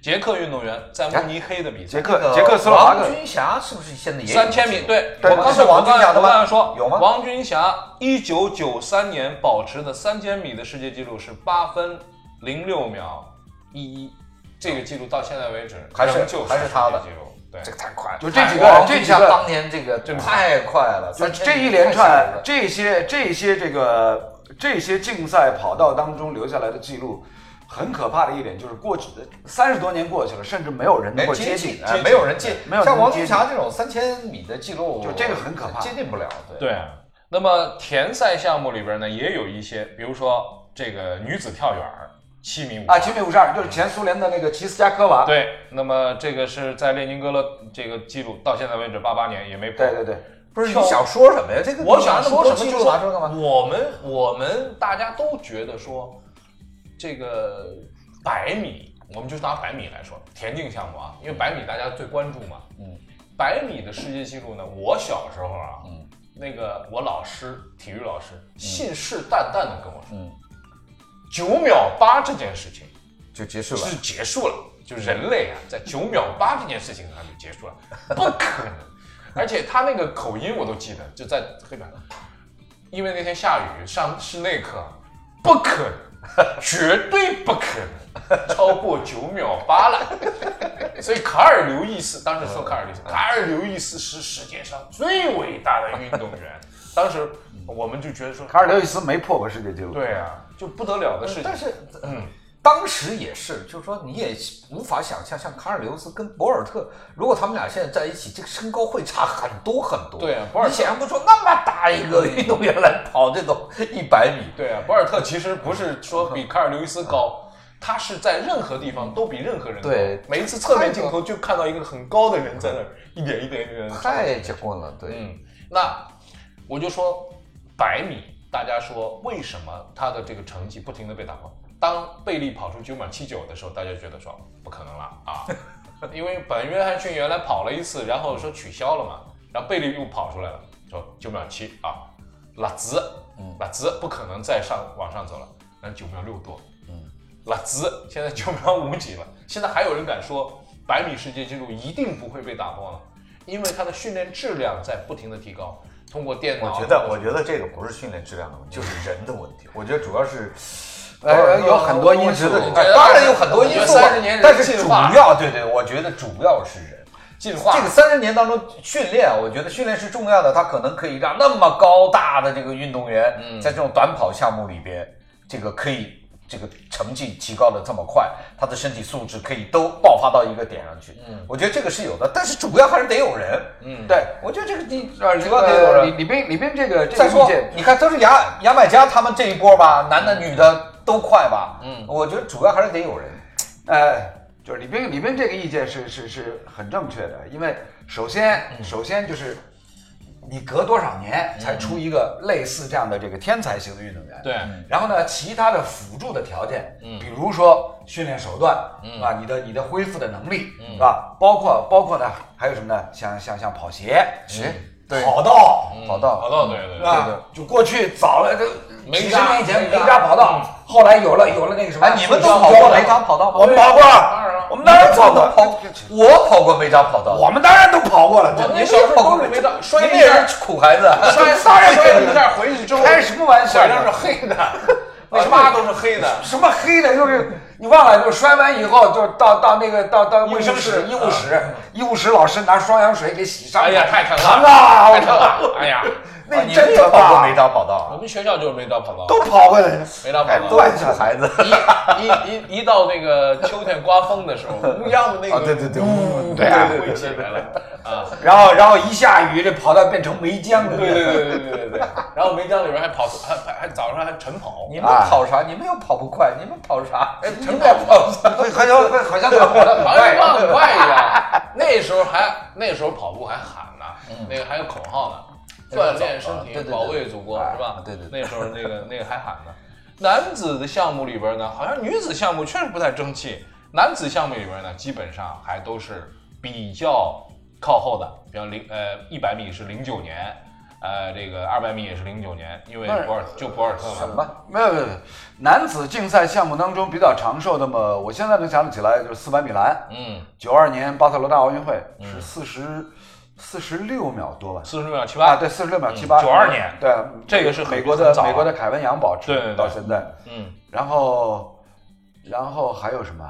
[SPEAKER 1] 捷克运动员在慕尼黑的比赛
[SPEAKER 3] 哎捷。克捷克斯洛伐克
[SPEAKER 2] 王军霞是不是现在也有
[SPEAKER 1] 三千米，对
[SPEAKER 3] 对
[SPEAKER 1] 我刚才
[SPEAKER 2] 是王军霞的吗
[SPEAKER 1] 我刚才说
[SPEAKER 2] 有吗
[SPEAKER 1] 王军霞一九九三年保持的三千米的世界纪录是八分零六秒一一，这个记录到现在为止
[SPEAKER 2] 还是
[SPEAKER 1] 仍旧
[SPEAKER 2] 还是他的
[SPEAKER 1] 世界纪录，对
[SPEAKER 2] 这，个太快了，
[SPEAKER 3] 就这几个
[SPEAKER 2] 王
[SPEAKER 3] 这
[SPEAKER 2] 军
[SPEAKER 3] 几
[SPEAKER 2] 霞
[SPEAKER 3] 个
[SPEAKER 2] 当年这个太快了，
[SPEAKER 3] 就
[SPEAKER 2] 三千
[SPEAKER 3] 呃这
[SPEAKER 2] 米
[SPEAKER 3] 一连
[SPEAKER 2] 太吓
[SPEAKER 3] 串
[SPEAKER 2] 人了
[SPEAKER 3] 这些这些这个这些竞赛跑道当中留下来的记录，很可怕的一点就是过去三十多年过去了，甚至没有人能
[SPEAKER 2] 没
[SPEAKER 3] 够
[SPEAKER 2] 接
[SPEAKER 3] 接
[SPEAKER 2] 近
[SPEAKER 3] 近。，啊
[SPEAKER 2] 哎没有人接
[SPEAKER 3] 没有人
[SPEAKER 2] 像王
[SPEAKER 3] 接
[SPEAKER 2] 军
[SPEAKER 3] 近
[SPEAKER 2] 霞这种三千米的记录，
[SPEAKER 3] 就这个很可怕
[SPEAKER 2] 接近不了。对，
[SPEAKER 1] 对，啊那么田赛项目里边呢，也有一些，比如说这个女子跳远儿，七米五
[SPEAKER 3] 啊，七米五十二就是前苏联的那个齐斯加科娃。
[SPEAKER 1] 对，那么这个是在列宁格勒这个记录到现在为止八八年也没破。
[SPEAKER 3] 对对对，
[SPEAKER 2] 不是你
[SPEAKER 1] 跳
[SPEAKER 2] 想说什么呀？这个
[SPEAKER 1] 我想说什么
[SPEAKER 2] 记
[SPEAKER 1] 就
[SPEAKER 2] 录
[SPEAKER 1] 是
[SPEAKER 2] 拿出干嘛？
[SPEAKER 1] 我们我们大家都觉得说，这个百米，我们就拿百米来说，田径项目啊，因为百米大家最关注嘛。
[SPEAKER 2] 嗯。
[SPEAKER 1] 百米的世界纪录呢，我小时候啊，
[SPEAKER 2] 嗯
[SPEAKER 1] 那个我老师，体育老师信誓旦旦的跟我说，
[SPEAKER 2] 嗯，
[SPEAKER 1] 九秒八这件事情
[SPEAKER 2] 就结束了
[SPEAKER 1] 是。结束了，就人类啊，在九秒八这件事情上就结束了，啊不可能。而且他那个口音我都记得，就在黑板，因为那天下雨上室内课，不可能，绝对不可能超过九秒八了。所以卡尔刘易斯当时说卡尔刘易斯，卡尔刘易斯是世界上最伟大的运动员。当时我们就觉得说，
[SPEAKER 3] 卡尔刘易斯没破过世界纪录。
[SPEAKER 1] 对啊，就不得了的事情。
[SPEAKER 2] 但是，
[SPEAKER 1] 嗯
[SPEAKER 2] 当时也是，就是说你也无法想象，像卡尔刘斯跟博尔特，如果他们俩现在在一起，这个身高会差很多很多。
[SPEAKER 1] 对啊博尔特
[SPEAKER 2] 你想象不出那么大一个运动员来跑这种一百米。
[SPEAKER 1] 对啊，博尔特其实不是说比卡尔刘易斯高，他是在任何地方都比任何人高。
[SPEAKER 2] 对
[SPEAKER 1] 每一次侧面镜头就看到一个很高的人在那儿一点一点一点地超
[SPEAKER 2] 太结棍了，对，
[SPEAKER 1] 嗯，那我就说百米，大家说为什么他的这个成绩不停的被打破？当贝利跑出九秒七九的时候，大家觉得说不可能了啊， 因为本约翰逊原来跑了一次，然后说取消了嘛，然后贝利又跑出来了，说九秒七啊，拉兹，拉兹不可能再上往上走了，那九秒六多，拉兹现在九秒五几了，现在还有人敢说百米世界纪录一定不会被打破呢？因为他的训练质量在不停的提高，通过电
[SPEAKER 4] 我
[SPEAKER 1] 脑。
[SPEAKER 4] 觉得，我觉得这个不是训练质量的问题，就是人的问题。我觉得主要是，
[SPEAKER 2] 哎
[SPEAKER 3] 呃，有很多因素
[SPEAKER 4] 我觉。得
[SPEAKER 1] 觉得
[SPEAKER 2] 当然有很多因素啊
[SPEAKER 1] 三十年
[SPEAKER 2] 但
[SPEAKER 1] 人
[SPEAKER 2] 是
[SPEAKER 1] 进
[SPEAKER 2] 主
[SPEAKER 1] 化，
[SPEAKER 2] 要对对，我觉得主要是人。
[SPEAKER 1] 进化
[SPEAKER 2] 这个三十年当中训练，我觉得训练是重要的，它可能可以让那么高大的这个运动员，在这种短跑项目里边，这个可以这个成绩提高的这么快，他的身体素质可以都爆发到一个点上去。嗯，我觉得这个是有的，但是主要还是得有人。嗯，对，我觉得这个你主要得有
[SPEAKER 3] 呃，里
[SPEAKER 2] 人。
[SPEAKER 3] 里边里边这个这
[SPEAKER 2] 再
[SPEAKER 3] 个意
[SPEAKER 2] 说
[SPEAKER 3] 见，，嗯
[SPEAKER 2] 你看都是牙牙买加他们这一波吧，男的女的都快吧。嗯，我觉得主要还是得有人。
[SPEAKER 3] 哎，就是李斌，李斌这个意见是是是很正确的，因为首先首先就是你隔多少年才出一个类似这样的这个天才型的运动员，
[SPEAKER 1] 对
[SPEAKER 3] 然后呢，其他的辅助的条件，比如说训练手段，是吧？你的你的恢复的能力，是吧？包括包括呢，还有什么呢？像像像跑鞋、鞋、跑道、
[SPEAKER 2] 跑道
[SPEAKER 1] 跑哦道对对
[SPEAKER 3] 是
[SPEAKER 1] 对，
[SPEAKER 3] 吧？啊就过去早了，这
[SPEAKER 1] 梅
[SPEAKER 3] 几十
[SPEAKER 1] 扎
[SPEAKER 3] 年前
[SPEAKER 1] 梅
[SPEAKER 3] 梅
[SPEAKER 1] 扎
[SPEAKER 3] 扎跑道，
[SPEAKER 1] 嗯
[SPEAKER 3] 后来有了有了那个什么，
[SPEAKER 2] 哎你们
[SPEAKER 3] 塑
[SPEAKER 2] 都
[SPEAKER 3] 胶
[SPEAKER 2] 跑过
[SPEAKER 3] 的
[SPEAKER 2] 梅扎跑道吗
[SPEAKER 3] 我们跑过啊
[SPEAKER 1] 当然了，
[SPEAKER 3] 我们当然跑
[SPEAKER 2] 都
[SPEAKER 3] 过，
[SPEAKER 2] 跑，我跑过梅扎跑道。
[SPEAKER 3] 我们当然都跑过了。
[SPEAKER 1] 我
[SPEAKER 3] 这
[SPEAKER 1] 那小时候都是没到摔
[SPEAKER 2] 你们
[SPEAKER 1] 一
[SPEAKER 2] 也
[SPEAKER 1] 下，
[SPEAKER 2] 是苦孩子，
[SPEAKER 1] 摔
[SPEAKER 3] 当然
[SPEAKER 1] 摔一下回去之后，
[SPEAKER 3] 开什么玩笑
[SPEAKER 1] 晚上是黑的，
[SPEAKER 3] 为什么
[SPEAKER 1] 妈都是黑的，
[SPEAKER 3] 什么黑的，就是你忘了，就是摔完以后，就是到到那个到到
[SPEAKER 1] 医务
[SPEAKER 3] 卫生室、啊
[SPEAKER 1] 室
[SPEAKER 3] 医务室、医务室老师拿双氧水给洗上。
[SPEAKER 1] 哎呀，太疼
[SPEAKER 3] 疼
[SPEAKER 1] 了，
[SPEAKER 3] 啊！
[SPEAKER 1] 太
[SPEAKER 3] 我
[SPEAKER 1] 疼
[SPEAKER 3] 操，
[SPEAKER 1] 了，哎呀，
[SPEAKER 3] 那
[SPEAKER 2] 你们
[SPEAKER 3] 真
[SPEAKER 2] 也
[SPEAKER 3] 可
[SPEAKER 2] 跑过
[SPEAKER 3] 怕
[SPEAKER 2] 梅，扎跑道啊
[SPEAKER 1] 我？们学校就是没到跑道，
[SPEAKER 3] 都跑过来了，
[SPEAKER 1] 没到跑道
[SPEAKER 3] 对。
[SPEAKER 2] 苦孩 子，
[SPEAKER 1] 一一一一到那个秋天刮风的时候， 乌泱的那个，
[SPEAKER 2] 啊对对对
[SPEAKER 1] 呜
[SPEAKER 3] 对啊
[SPEAKER 1] 灰起来了啊，
[SPEAKER 3] 然后然后一下雨，这跑道变成梅江的。
[SPEAKER 1] 对对对对对对对。然后梅江里边还跑，还还还早上还晨跑，
[SPEAKER 2] 你们跑啥？
[SPEAKER 3] 哎
[SPEAKER 2] 你们又跑不快，你们跑啥？
[SPEAKER 1] 晨跑跑
[SPEAKER 3] 哎 好像好像在跑道很
[SPEAKER 1] 好像
[SPEAKER 3] 快。
[SPEAKER 1] 跑很快一样。那时候还那时候跑步还喊呢，
[SPEAKER 2] 嗯
[SPEAKER 1] 那个还有口号呢，
[SPEAKER 2] 哎
[SPEAKER 1] 锻炼身体
[SPEAKER 2] 对对对
[SPEAKER 1] 保卫祖国
[SPEAKER 2] 哎
[SPEAKER 1] 是吧？
[SPEAKER 2] 对对
[SPEAKER 1] 那时候那个那个还喊呢。男子的项目里边呢，好像女子项目确实不太争气。男子项目里边呢，基本上还都是比较靠后的，比方零呃一百米是零九年，呃这个二百米也是零九年，因为博尔就博尔特嘛。
[SPEAKER 2] 什么？
[SPEAKER 3] 没有没有，没有男子竞赛项目当中比较长寿的嘛，我现在能想得起来就是四百米栏，
[SPEAKER 1] 嗯，
[SPEAKER 3] 九二年巴塞罗那奥运会是四十四十六秒多吧？
[SPEAKER 1] 四十秒七
[SPEAKER 3] 啊，
[SPEAKER 1] 八。
[SPEAKER 3] 对，四十六秒七八，
[SPEAKER 1] 92年嗯
[SPEAKER 3] 对，
[SPEAKER 1] 这个是很
[SPEAKER 3] 美国
[SPEAKER 1] 很
[SPEAKER 3] 的
[SPEAKER 1] 早了
[SPEAKER 3] 美国的凯文杨保持
[SPEAKER 1] 对对对
[SPEAKER 3] 到现在，
[SPEAKER 1] 嗯，
[SPEAKER 3] 然后然后还有什么？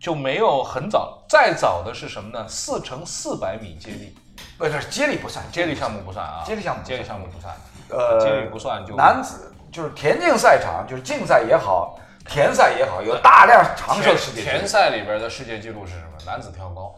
[SPEAKER 1] 就没有很早。再早的是什么呢？四乘四百米接力，
[SPEAKER 3] 不是接力不算，
[SPEAKER 1] 接力项目不算啊，
[SPEAKER 3] 接力项目不算
[SPEAKER 1] 接力项目不算，
[SPEAKER 3] 呃，
[SPEAKER 1] 接力不算就
[SPEAKER 3] 男子就是田径赛场，就是竞赛也好，田赛也好，有大量长寿
[SPEAKER 1] 田
[SPEAKER 3] 的世界纪录
[SPEAKER 1] 田赛里边的世界纪录是什么？男子跳高，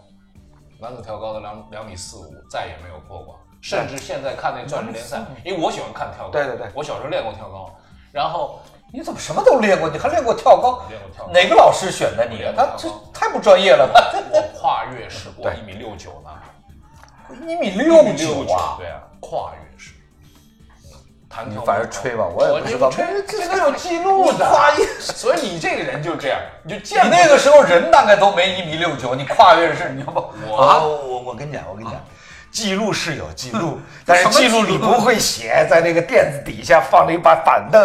[SPEAKER 1] 男子跳高的两两米四五再也没有破过，甚至现在看那钻石联赛，因为我喜欢看跳高，
[SPEAKER 3] 对对对
[SPEAKER 1] 我小时候练过跳高，然后
[SPEAKER 2] 你怎么什么都练过？你还练过跳高？
[SPEAKER 1] 练过跳高
[SPEAKER 2] 哪个老师选的你啊？
[SPEAKER 1] 练过
[SPEAKER 2] 他
[SPEAKER 1] 跳
[SPEAKER 2] 这
[SPEAKER 1] 高
[SPEAKER 2] 太不专业了吧？
[SPEAKER 1] 我跨越是我
[SPEAKER 3] 对
[SPEAKER 1] 一米六九呢，
[SPEAKER 2] 一米
[SPEAKER 1] 一
[SPEAKER 2] 六
[SPEAKER 1] 米六
[SPEAKER 2] 九啊！
[SPEAKER 1] 对啊，跨越是。弹跳
[SPEAKER 4] 你
[SPEAKER 1] 高
[SPEAKER 4] 反正吹吧，我也不知道。
[SPEAKER 1] 吹
[SPEAKER 2] 这个有记录的。
[SPEAKER 1] 所以你这个人就这样，你就见
[SPEAKER 2] 你那个时候人大概都没一米六九，你跨越是，你要不
[SPEAKER 4] 啊，
[SPEAKER 2] 啊？
[SPEAKER 4] 我我跟你讲，我跟你讲，记录是有记 录，但
[SPEAKER 2] 什
[SPEAKER 4] 是
[SPEAKER 2] 么
[SPEAKER 4] 记录
[SPEAKER 2] 记
[SPEAKER 4] 你
[SPEAKER 2] 录
[SPEAKER 4] 不会写，在那个垫子底下放了一把板凳。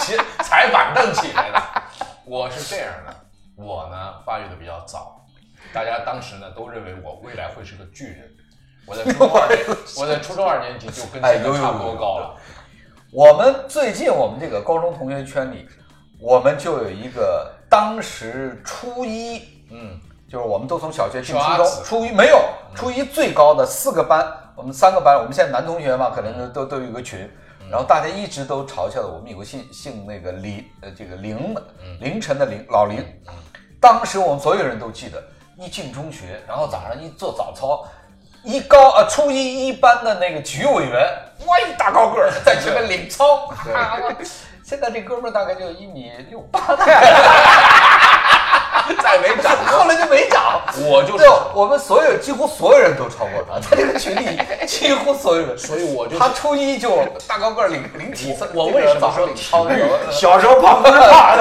[SPEAKER 1] 起 踩板凳起来的。我是这样的，我呢发育的比较早，大家当时呢都认为我未来会是个巨人。我在初中 二年，我在初中二年级就跟
[SPEAKER 2] 哎
[SPEAKER 1] 现
[SPEAKER 2] 有
[SPEAKER 1] 在
[SPEAKER 2] 有
[SPEAKER 1] 差不多
[SPEAKER 2] 有
[SPEAKER 1] 高了。
[SPEAKER 2] 我们最近我们这个高中同学圈里，我们就有一个当时初一，
[SPEAKER 1] 嗯，
[SPEAKER 2] 就是我们都从小学进初
[SPEAKER 1] 小阿
[SPEAKER 2] 中，
[SPEAKER 1] 紫
[SPEAKER 2] 初一没有，初一最高的四个班，我们三个班，我们现在男同学嘛，可能都都都有一个群。然后大家一直都嘲笑的，我们有个姓姓那个李，呃，这个凌的，凌晨的凌，老林。当时我们所有人都记得，一进中学，然后早上一做早操，一高啊，初一一班的那个体育委员，哇，一大高 个儿在前面领操，啊，我 现在这哥们儿大概就一米六八， 再没长，后来就没长。
[SPEAKER 1] 我就是
[SPEAKER 2] 对，我们所有几乎所有人都超过他，在这个群里 几乎所有人，所
[SPEAKER 1] 以我就
[SPEAKER 2] 他初一就大高个儿领领体操，
[SPEAKER 1] 我为什么说
[SPEAKER 2] 领哦操？
[SPEAKER 3] 小时候 胖不是胖，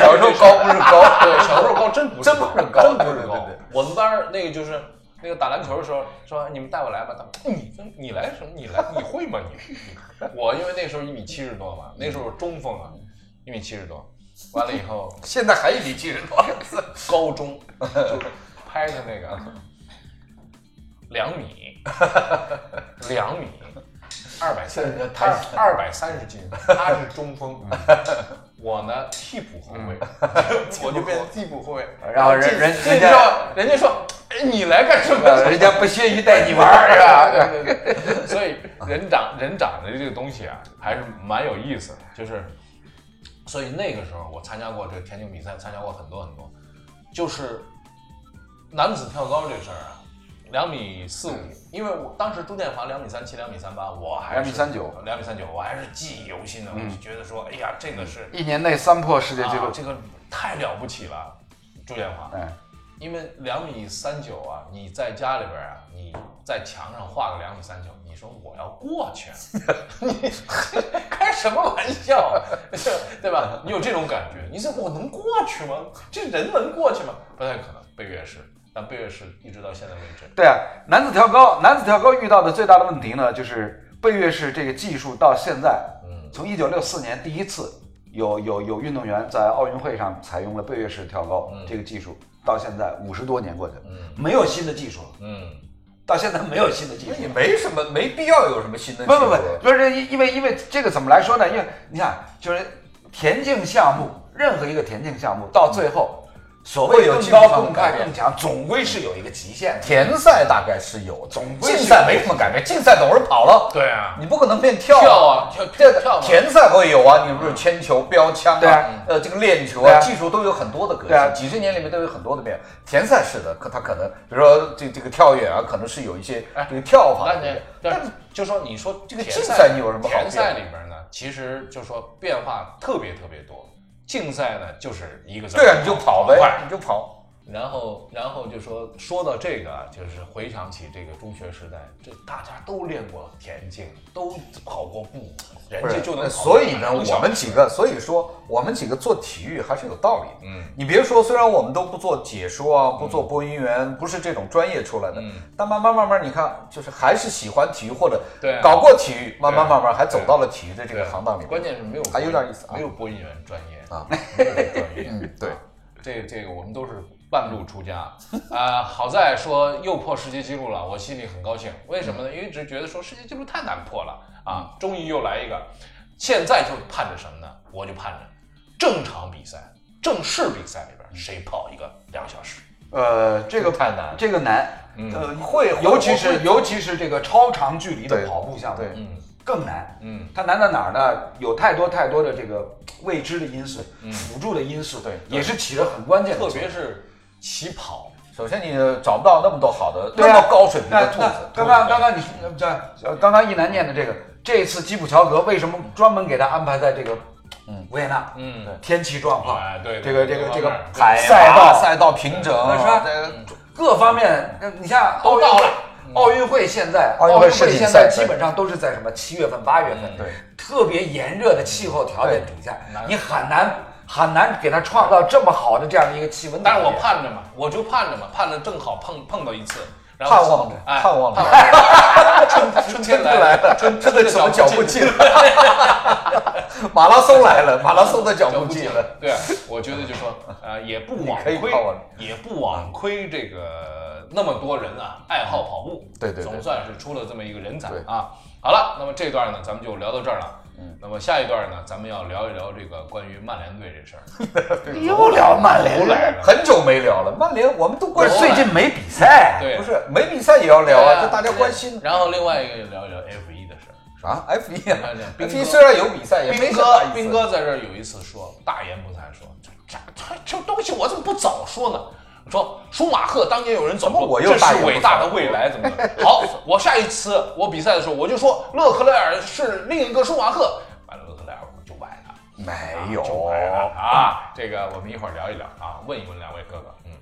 [SPEAKER 2] 小时候高不是 高，
[SPEAKER 1] 对，小时候高真不是
[SPEAKER 2] 真不是高
[SPEAKER 1] 真不是
[SPEAKER 2] 对
[SPEAKER 1] 高
[SPEAKER 2] 对对。
[SPEAKER 1] 我们班儿那个就是那个打篮球的时候说哎你们带我来吧，他们你你来什么？你来你会吗你？我因为那时候一米七十多
[SPEAKER 2] 嗯
[SPEAKER 1] 嘛，那时候中锋啊，一米七十多。完了以后，
[SPEAKER 2] 现在还一米七十多，
[SPEAKER 1] 高中就拍的那个两 米，两米，二百三十，他二百三十斤，他是中 锋，我呢替补后卫， 我就变成替补后卫。
[SPEAKER 4] 嗯然后人人
[SPEAKER 1] 人
[SPEAKER 4] 人
[SPEAKER 1] 家
[SPEAKER 4] 家
[SPEAKER 1] 说，人家说，哎你来干什么？
[SPEAKER 4] 呃人家不屑于带你玩儿 是吧？
[SPEAKER 1] 对对对， 所以人长人长的这个东西啊，还是蛮有意思的。就是，所以那个时候我参加过这个田径比赛，参加过很多很多。就是男子跳高这事儿啊，两米四五，因为我当时朱建华两米三七、两米三八，我还是
[SPEAKER 3] 2.39、
[SPEAKER 1] 嗯两米三九，我还是记忆犹新的。我就觉得说，哎呀，这个是
[SPEAKER 3] 一年内三破世界纪
[SPEAKER 1] 啊
[SPEAKER 3] 录，
[SPEAKER 1] 这个太了不起了，朱建华。
[SPEAKER 3] 哎，
[SPEAKER 1] 因为两米三九啊，你在家里边啊，你在墙上画个两米三九，你说我要过去，啊 你开什么玩笑，啊对吧？你有这种感觉，你说我能过去吗？这人能过去吗？不太可能。贝月是，但贝月是一直到现在为止，
[SPEAKER 3] 对啊，男子跳高，男子跳高遇到的最大的问题呢，就是背越式这个技术到现在，
[SPEAKER 1] 嗯
[SPEAKER 3] 从一九六四年第一次有有有运动员在奥运会上采用了背越式跳高
[SPEAKER 1] 嗯
[SPEAKER 3] 这个技术，到现在五十多年过去了，
[SPEAKER 1] 嗯
[SPEAKER 3] 没有新的技术了，
[SPEAKER 1] 嗯，
[SPEAKER 3] 到现在没有新的技术。
[SPEAKER 2] 也没什么，没必要有什么新的。
[SPEAKER 3] 不不不，不是因因为因为这个怎么来说呢？因为你看，就是田径项目，任何一个田径项目到最后，所谓
[SPEAKER 2] 会有
[SPEAKER 3] 更
[SPEAKER 2] 技术
[SPEAKER 3] 高、
[SPEAKER 2] 上的
[SPEAKER 3] 更
[SPEAKER 2] 改
[SPEAKER 3] 快、
[SPEAKER 2] 变
[SPEAKER 3] 更强，总归是有一个极限的。
[SPEAKER 2] 田赛大概是有的，
[SPEAKER 3] 总归
[SPEAKER 2] 竞
[SPEAKER 3] 是
[SPEAKER 2] 赛没什么改变，竞赛总是跑了，
[SPEAKER 1] 对啊，
[SPEAKER 2] 你不可能变跳
[SPEAKER 1] 跳啊跳
[SPEAKER 2] 这个
[SPEAKER 1] 跳嘛
[SPEAKER 2] 田赛会有啊，你不是铅球、标枪
[SPEAKER 3] 对啊
[SPEAKER 2] 呃，这个链球
[SPEAKER 3] 对啊
[SPEAKER 2] 技术都有很多的革
[SPEAKER 3] 对啊
[SPEAKER 2] 新，几十年里面都有很多的变化。田赛是的，可它可能比如说这这个跳远啊，可能是有一些
[SPEAKER 1] 哎
[SPEAKER 2] 这个跳法
[SPEAKER 1] 那
[SPEAKER 2] 的变
[SPEAKER 1] 你
[SPEAKER 2] 化，
[SPEAKER 1] 但是就说你说这
[SPEAKER 2] 个
[SPEAKER 1] 田
[SPEAKER 2] 竞赛你有什么好
[SPEAKER 1] 田赛
[SPEAKER 2] 变
[SPEAKER 1] 里边呢，其实就说变化特别特别多，竞赛呢就是一个字儿
[SPEAKER 2] 对啊，你就跑呗
[SPEAKER 1] 快，
[SPEAKER 2] 你就跑。
[SPEAKER 1] 然后，然后就说说到这个啊，就是回想起这个中学时代，这大家都练过田径，都跑过步，人
[SPEAKER 2] 不
[SPEAKER 1] 家
[SPEAKER 2] 是
[SPEAKER 1] 就能跑
[SPEAKER 2] 那所以呢，
[SPEAKER 1] 半个小
[SPEAKER 2] 我们几个，所以说我们几个做体育还是有道理。嗯，你别说，虽然我们都不做解说啊，不做
[SPEAKER 1] 嗯
[SPEAKER 2] 播音员，不是这种专业出来的，但慢慢慢慢，你看，就是还是喜欢体育或者
[SPEAKER 1] 对啊
[SPEAKER 2] 搞过体育，慢
[SPEAKER 1] 对
[SPEAKER 2] 慢
[SPEAKER 1] 啊
[SPEAKER 2] 慢慢还走到了体育的这个
[SPEAKER 1] 对啊
[SPEAKER 2] 行当里。
[SPEAKER 1] 关，键是没有播音，
[SPEAKER 2] 还有点意思啊
[SPEAKER 1] 没有播音员专业
[SPEAKER 2] 啊，
[SPEAKER 1] 没有专业。啊
[SPEAKER 2] 嗯，对，
[SPEAKER 1] 这个、这个我们都是半路出家，啊，好在说又破世界纪录了，我心里很高兴。为什么呢？因为一直觉得说世界纪录太难破了啊，终于又来一个。现在就盼着什么呢？我就盼着正常比赛、正式比赛里边谁跑一个两个小时。
[SPEAKER 3] 呃，这个
[SPEAKER 1] 太难了
[SPEAKER 3] 这个难，呃，会，尤其是尤其是这个超长距离的
[SPEAKER 2] 对
[SPEAKER 3] 跑步项目，
[SPEAKER 2] 对
[SPEAKER 1] 嗯
[SPEAKER 3] 更难。
[SPEAKER 1] 嗯，
[SPEAKER 3] 它难在哪儿呢？有太多太多的这个未知的因素，辅助的因素，
[SPEAKER 2] 对
[SPEAKER 3] 也是起了很关键的
[SPEAKER 1] 特
[SPEAKER 3] 作用。
[SPEAKER 1] 别是起跑，
[SPEAKER 2] 首先你找不到那么多好的、
[SPEAKER 3] 对
[SPEAKER 2] 那
[SPEAKER 3] 啊
[SPEAKER 2] 么高水平
[SPEAKER 3] 那
[SPEAKER 2] 的兔
[SPEAKER 3] 那
[SPEAKER 2] 子，
[SPEAKER 3] 刚刚刚刚你这呃刚刚一楠念的这个，这一次基普乔格为什么专门给他安排在这个嗯维也纳？
[SPEAKER 1] 嗯
[SPEAKER 3] 对，天气状况，
[SPEAKER 1] 哎对
[SPEAKER 3] 啊这
[SPEAKER 1] 对
[SPEAKER 3] 个
[SPEAKER 1] 对
[SPEAKER 3] 这个
[SPEAKER 1] 各
[SPEAKER 3] 这个
[SPEAKER 1] 方面
[SPEAKER 3] 海
[SPEAKER 2] 赛
[SPEAKER 3] 赛道
[SPEAKER 2] 赛道平整，
[SPEAKER 3] 是吧？
[SPEAKER 1] 嗯
[SPEAKER 3] 各方面，呃你像奥
[SPEAKER 1] 都
[SPEAKER 3] 运
[SPEAKER 1] 到
[SPEAKER 3] 会
[SPEAKER 1] 了，
[SPEAKER 3] 奥运会现在，
[SPEAKER 2] 奥运会
[SPEAKER 3] 会
[SPEAKER 2] 世锦
[SPEAKER 3] 现在
[SPEAKER 2] 赛
[SPEAKER 3] 基本上都是在什么七月份、八月份，
[SPEAKER 2] 对，
[SPEAKER 3] 特别炎热的气候条件底下
[SPEAKER 1] 难，
[SPEAKER 3] 你很难很难给他创造这么好的这样的一个气温。
[SPEAKER 1] 但是我盼着嘛，我就盼着嘛，盼着正好碰碰到一次，然后
[SPEAKER 2] 盼望着
[SPEAKER 1] 哎
[SPEAKER 2] 盼望着
[SPEAKER 1] 着春春天 来了，春
[SPEAKER 2] 这
[SPEAKER 1] 春
[SPEAKER 2] 个
[SPEAKER 1] 的
[SPEAKER 2] 什么脚
[SPEAKER 1] 脚
[SPEAKER 2] 步
[SPEAKER 1] 步
[SPEAKER 2] 近了？ 马拉松来了，马拉松的脚
[SPEAKER 1] 脚
[SPEAKER 2] 步
[SPEAKER 1] 步
[SPEAKER 2] 近
[SPEAKER 1] 近
[SPEAKER 2] 了。
[SPEAKER 1] 了。对，我觉得就说，呃，也不枉
[SPEAKER 2] 你可
[SPEAKER 1] 亏
[SPEAKER 2] 以盼望着，
[SPEAKER 1] 也不枉亏这个那么多人啊，爱好跑步，
[SPEAKER 2] 对对对
[SPEAKER 1] 总算是出了这么一个人才
[SPEAKER 2] 对
[SPEAKER 1] 啊。好了，那么这段呢，咱们就聊到这儿了。嗯，那么下一段呢，咱们要聊一聊这个关于曼联队这事儿。
[SPEAKER 3] 又聊曼联了，
[SPEAKER 2] 很久没聊了，曼联我们都
[SPEAKER 3] 不
[SPEAKER 2] 关
[SPEAKER 3] 是
[SPEAKER 2] 心，
[SPEAKER 3] 最近没比赛，
[SPEAKER 1] 对，
[SPEAKER 2] 不是没比赛也要聊
[SPEAKER 1] 对
[SPEAKER 2] 啊，这大家关心
[SPEAKER 1] 然后另外一个就聊一聊 F 一的事儿。
[SPEAKER 2] 啥？F 一啊
[SPEAKER 1] 你看这斌哥
[SPEAKER 2] F 一虽然有比赛，也没
[SPEAKER 1] 斌
[SPEAKER 2] 什么
[SPEAKER 1] 哥
[SPEAKER 2] 意，思
[SPEAKER 1] 斌，哥在这儿有一次说，大言不惭说，这这这这东西我怎么不早说呢？说舒马赫当年有人总
[SPEAKER 2] 怎么
[SPEAKER 1] 说
[SPEAKER 2] 我又
[SPEAKER 1] 这
[SPEAKER 2] 大言
[SPEAKER 1] 是
[SPEAKER 2] 不惭
[SPEAKER 1] 伟大的未来，怎么怎么样好？我下一次我比赛的时候我就说勒克莱尔是另一个舒马赫，完了勒克莱尔我就崴了，
[SPEAKER 2] 没哎
[SPEAKER 1] 啊就崴了啊！这个我们一会儿聊一聊啊，问一问两位哥哥，嗯，